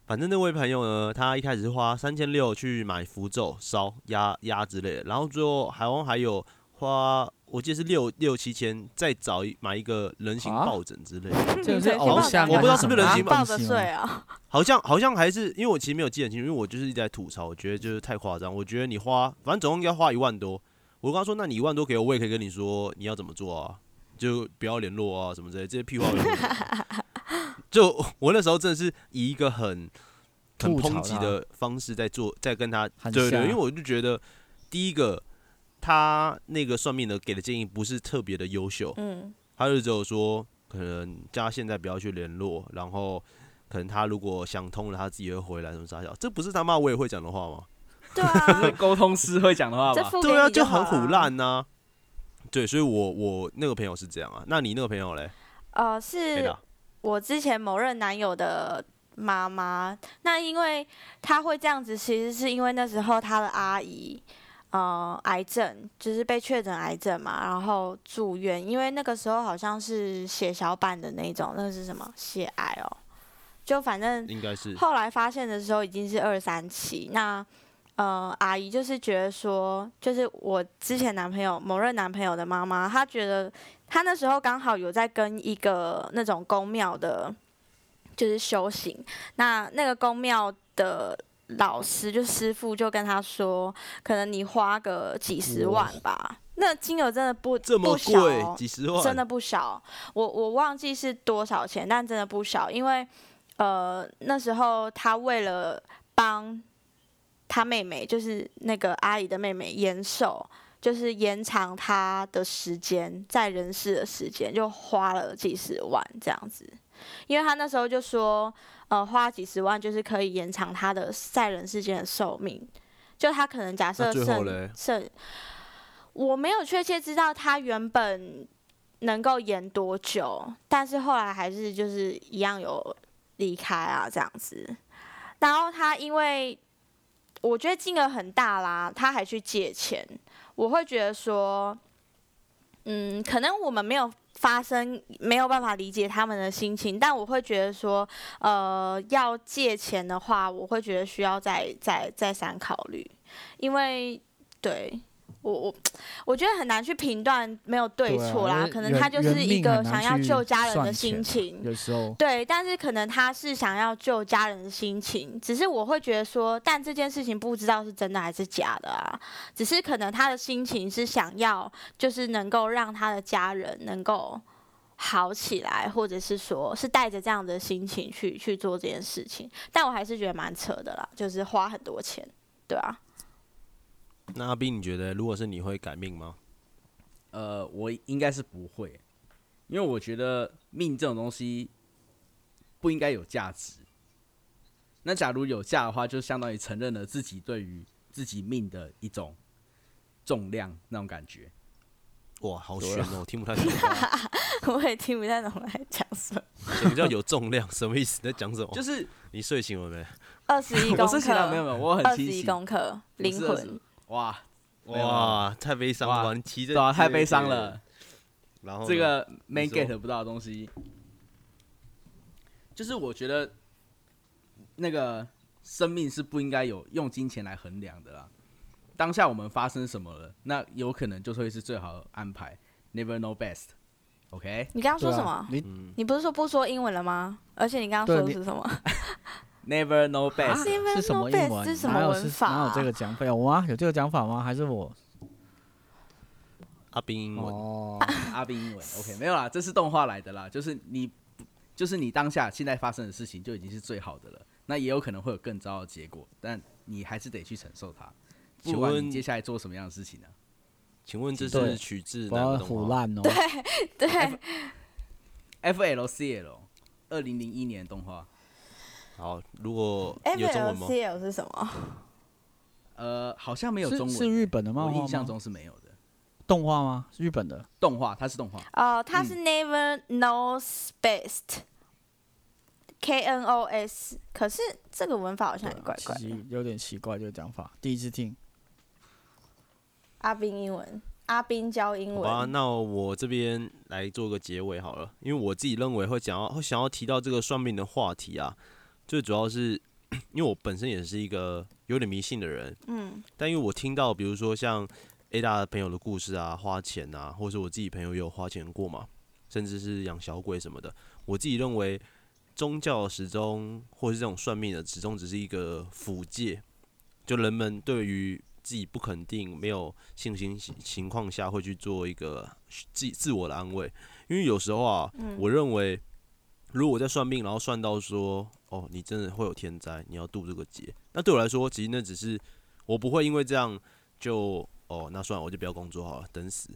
A: 反正那位朋友呢，他一开始是花三千六去买符咒、烧鸭、鸭之类的，然后最后海王还有花，我记得是六六七千，再找一买一个人形
B: 啊
A: 抱枕之类
D: 嗯
A: 的，
B: 这个是偶
A: 嗯
B: 像，啊
A: 我不知道是不是人形
D: 抱着睡啊。
A: 好像好像还是因为我其实没有记得很清楚，因为我就是一直在吐槽，我觉得就是太夸张。我觉得你花，反正总共要花一万多，我跟他说，那你一万多给我，我也可以跟你说你要怎么做啊，就不要联络啊什么之类的这些屁话我也不懂。就我那时候真的是以一个很很
B: 吐槽
A: 抨击
B: 他
A: 的方式在做，在跟他
B: 很
A: 对
B: 像
A: 对，因为我就觉得第一个他那个算命的给的建议不是特别的优秀，
D: 嗯，
A: 他就只有说，可能叫他现在不要去联络，然后可能他如果想通了，他自己会回来什么傻笑，这不是他妈我也会讲的话吗？
D: 对
C: 这是
D: 啊，
C: 沟通师会讲的话
D: 这
C: 吧？
D: 付给
A: 对啊，
D: 你就
A: 很
D: 好
A: 腐
D: 啦
A: 烂呐、对，所以我我那个朋友是这样啊，那你那个朋友嘞？
D: 呃，
A: 哎
D: 是
A: 呀，
D: 我之前某任男友的妈妈。那因为他会这样子，其实是因为那时候他的阿姨，呃，癌症就是被确诊癌症嘛，然后住院。因为那个时候好像是血小板的那种，那个是什么血癌哦，就反正
A: 应该是
D: 后来发现的时候已经是二三期，那呃，阿姨就是觉得说，就是我之前男朋友某任男朋友的妈妈，她觉得她那时候刚好有在跟一个那种公庙的，就是修行，那那个公庙的。老师就师傅就跟她说，可能你花个几十万吧，那金额真的不
A: 这么
D: 不小
A: 贵，
D: 哦
A: 几十万，
D: 真的不少。我我忘记是多少钱，但真的不少，因为呃那时候他为了帮他妹妹，就是那个阿姨的妹妹延寿，就是延长她的时间在人世的时间，就花了几十万这样子。因为他那时候就说，呃，花几十万就是可以延长他的在人世间的寿命。就他可能假设
A: 那最后
D: 剩
A: 嘞
D: 剩，我没有确切知道他原本能够延多久，但是后来还是就是一样有离开啊这样子。然后他因为我觉得金额很大啦，他还去借钱，我会觉得说，嗯，可能我们没有发生，没有办法理解他们的心情，但我会觉得说，呃，要借钱的话，我会觉得需要再再再三考虑，因为对。我我我觉得很难去评断没有对
B: 对啊
D: 错啦，
B: 因为
D: 可能
B: 人
D: 他就
B: 人
D: 是一
B: 命
D: 个
B: 很难
D: 想要
B: 去
D: 救家人的
B: 算
D: 心
B: 钱啊
D: 情，
B: 有时候
D: 对，但是可能他是想要救家人的心情，只是我会觉得说，但这件事情不知道是真的还是假的啊。只是可能他的心情是想要，就是能够让他的家人能够好起来，或者是说是带着这样的心情去去做这件事情。但我还是觉得蛮扯的啦，就是花很多钱，对啊。
A: 那阿斌，你觉得如果是你会改命吗？
C: 呃，我应该是不会，因为我觉得命这种东西不应该有价值。那假如有价的话，就相当于承认了自己对于自己命的一种重量那种感觉。
A: 哇，好
C: 对
A: 悬
C: 啊
A: 哦，听不太懂。
D: 我也听不太懂他在讲什么。
A: 什么叫有重量？什么意思？你在讲什么？
C: 就是
A: 你睡醒了没？
D: 二十哦 一
C: 我
D: 公
C: 是其他没有
D: 克，
C: 没有，我很
D: 二十
C: 清
D: 一
C: 醒。
D: 公克，灵
C: 我是
D: 魂。
C: 哇没有啊
A: 哇，太悲伤了吧！
C: 哇
A: 你骑着
C: 对啊，太悲伤。
A: 对
C: 了。
A: 然后呢
C: 这个 man
A: 哦你说
C: get 不到的东西，就是我觉得那个生命是不应该有用金钱来衡量的啦。当下我们发生什么了，那有可能就是会是最好的安排。Never know best。OK，never、
D: 你刚刚
B: 对
D: 说
B: 啊
D: 什么？
B: 你
A: 嗯
D: 你不是说不说英文了吗？而且你刚刚
B: 对
D: 说的
B: 你
D: 是什么
C: know best。
D: ？Never
B: 是什
D: know
B: 么英
D: best
B: 文？
D: 是什
B: 哪
D: 么
B: 有
D: 文
B: 是
D: 法
B: 哪有
D: 啊？
B: 这个讲法？有啊，有这个讲法吗？还是我？
A: 阿兵英文，
B: 哦，
C: 阿兵英文 OK，没有啦，这是动画来的啦，就是你，就是你当下现在发生的事情就已经是最好的了，那也有可能会有更糟的结果，但你还是得去承受它。
A: 请
C: 不管
A: 问
C: 你接下来做什么样的事情呢、啊
A: 请问这
B: 对
A: 是取自
B: 不
A: 哪
B: 要
A: 个动
B: 胡
A: 画？
B: 烂哦。
D: 对，
A: 哎
C: FLCL，二零零一年的动画，
A: 好，如果
D: F
A: 有中
D: L
A: 文吗？嗯
D: C L 哎是什么？
C: 呃，好像没有
B: 是
C: 中文
B: 是日本的漫
C: 我
B: 画
C: 印象
B: 吗？
C: 中是没有的。
B: 动画吗？是日本的。
C: 动画，它是动画，
D: 哦，它是 Never Knows Best。K N O S，可是这个文法好像
B: 对
D: 也怪怪
B: 啊，其
D: 的。
B: 实有点奇怪这个讲法，第一次听。
D: 阿斌英文，阿斌教英
A: 好吧，
D: 文。
A: 那我这边来做个结尾好了，因为我自己认为会想要会想要提到这个算命的话题啊，最主要是 因为我本身也是一个有点迷信的人，
D: 嗯，
A: 但因为我听到，比如说像 A 大朋友的故事啊，花钱啊，或者是我自己朋友也有花钱过嘛，甚至是养小鬼什么的，我自己认为宗教始终或是这种算命的始终只是一个辅介，就人们对于自己不肯定、没有信心情情况下，会去做一个自自我的安慰，因为有时候啊，我认为如果我在算命，然后算到说，哦，你真的会有天灾，你要渡这个劫，那对我来说，其实那只是我不会因为这样就哦，那算了，我就不要工作好了，等死。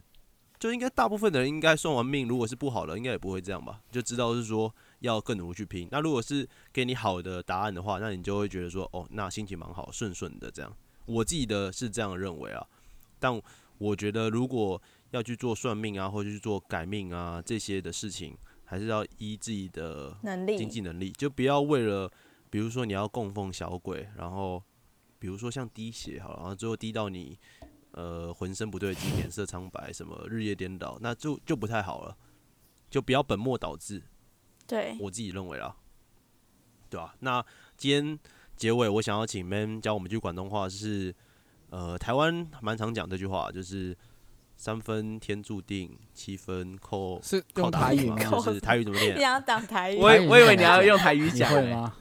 A: 就应该大部分的人应该算完命，如果是不好的，应该也不会这样吧？就知道是说要更努力去拼。那如果是给你好的答案的话，那你就会觉得说，哦，那心情蛮好，顺顺的这样。我自己的是这样认为啊，但我觉得如果要去做算命啊，或者去做改命啊这些的事情，还是要依自己的
D: 能
A: 经济
D: 力。
A: 能力，就不要为了，比如说你要供奉小鬼，然后比如说像滴血好了，然后最后滴到你呃浑身不对劲，脸色苍白，什么日夜颠倒，那就就不太好了，就不要本末倒置，
D: 对，
A: 我自己认为啦，对啊，那今天结尾我想要请 Man 教我们一句广东话是，呃，台湾蛮常讲这句话，就是三分天注定，七分靠
B: 是
A: 靠
B: 用
A: 打
B: 台
A: 拼
B: 语
A: 嘛
B: 吗？
A: 就是台语怎么念啊
D: 你？想要讲台语？
C: 我以
B: 台语
C: 我以为
B: 是
C: 你
B: 这样
C: 要用台语
B: 你
C: 讲、
B: 会
C: 欸。
B: 吗？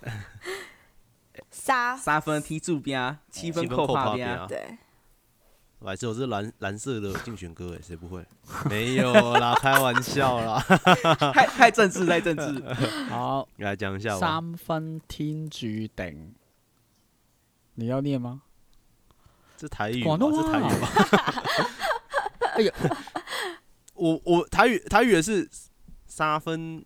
D: 沙
C: 三分踢住边，啊七分
A: 七分
C: 扣
A: 靠
C: 怕
A: 打拼
C: 边。
A: 啊
D: 对，
A: 白痴，我是蓝蓝色的竞选歌欸诶，谁不 会？没有啦，开玩笑啦。啊
C: 太太政治，太政治。
B: 好，
A: 你来讲一下吧。
B: 三分天注定。你要念 吗？
A: 这台语吧，
B: 广东话啊
A: 这台语吧。
B: 哎呦，
A: 我我台语台语也是沙分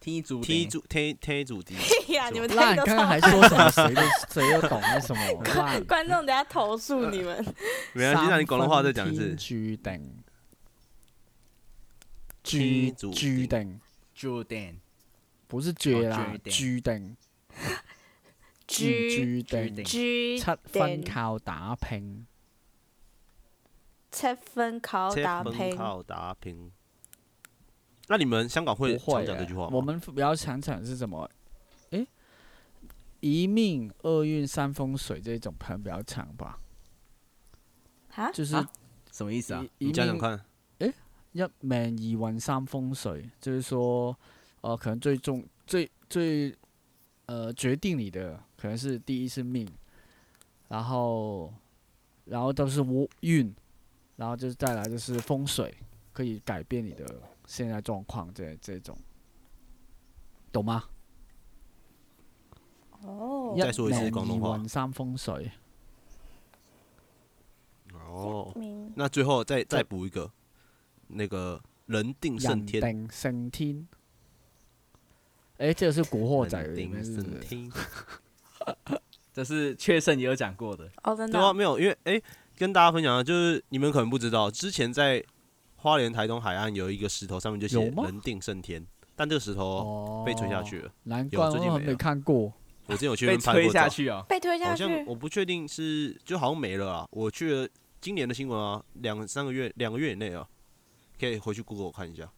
C: 踢足
A: 踢
C: 踢
A: 主踢踢主 题。
D: 对呀，你们
B: 那
D: 这
B: 哎你
D: 个
B: 刚刚还说什么？谁都谁都懂为什 么？烂。
D: 观众等下投
A: 呃
D: 诉你们。
A: 嗯没关系，那你广东话再讲一次。
B: 注定。
A: 天
B: 注
A: 注
B: 注定
C: 住定
B: 不是绝
C: 哦
B: 啦，注
C: 注
B: 定。
D: G
B: 注定。
C: 注定
D: G
B: 七分靠打拼，
D: 七分靠
A: 切
D: 打
A: 分
D: 拼，
A: 靠打拼。那你们香港
B: 不
A: 会
B: 会
A: 常讲这
B: 欸
A: 句话
B: 我
A: 吗？
B: 们比较常讲是什么？诶，一命二运三风水这种可能比较长吧，
D: 哈，
B: 就是
C: 啊什么意思啊？
B: 一
A: 你
B: 一
A: 讲讲
B: 命
A: 看。
B: 一命二运三风水，就是说，呃，可能最重最最呃决定你的可能是第一是命，然后然后都是我运，然后就是再来就是风水，可以改变你的现在状况这这种，懂吗？
D: 哦
B: 一
A: 再说一次
B: 命
A: 广东
B: 二
A: 话
B: 运三风水，
A: 哦，
D: 明
A: 那最后再再补一个，那个人定胜
B: 人
A: 天，
B: 定胜天。诶，这个是古惑仔
A: 人
B: 里面
A: 定
B: 是不
A: 胜
B: 是？
A: 天。
C: 这是确胜也有讲过的。
D: 哦，真的
A: 对啊，
D: 哦，
A: 没有，因为哎、跟大家分享啊，就是你们可能不知道，之前在花莲台东海岸有一个石头，上面就写
B: 有
A: “
B: 吗
A: 人定胜天”，但这个石头
B: 哦
A: 被吹下去了。
B: 难
A: 有
B: 怪
A: 最
B: 我
A: 近
B: 好像
A: 没
B: 没
A: 了
B: 看过。
A: 我之前有去那
C: 被
A: 边拍
C: 吹
A: 过
C: 下
A: 照，
C: 去哦。
D: 被推下
A: 好像
D: 去，
A: 我不确定是就好像没了啊。我去了今年的新闻啊，两三个月两个月以内啊，可以回去 Google 看一下。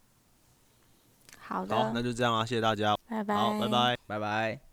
D: 好
A: 好，那
D: 的，
A: 就这样啊，谢谢大家，
D: 拜拜，
A: 好，拜拜。
C: 拜拜。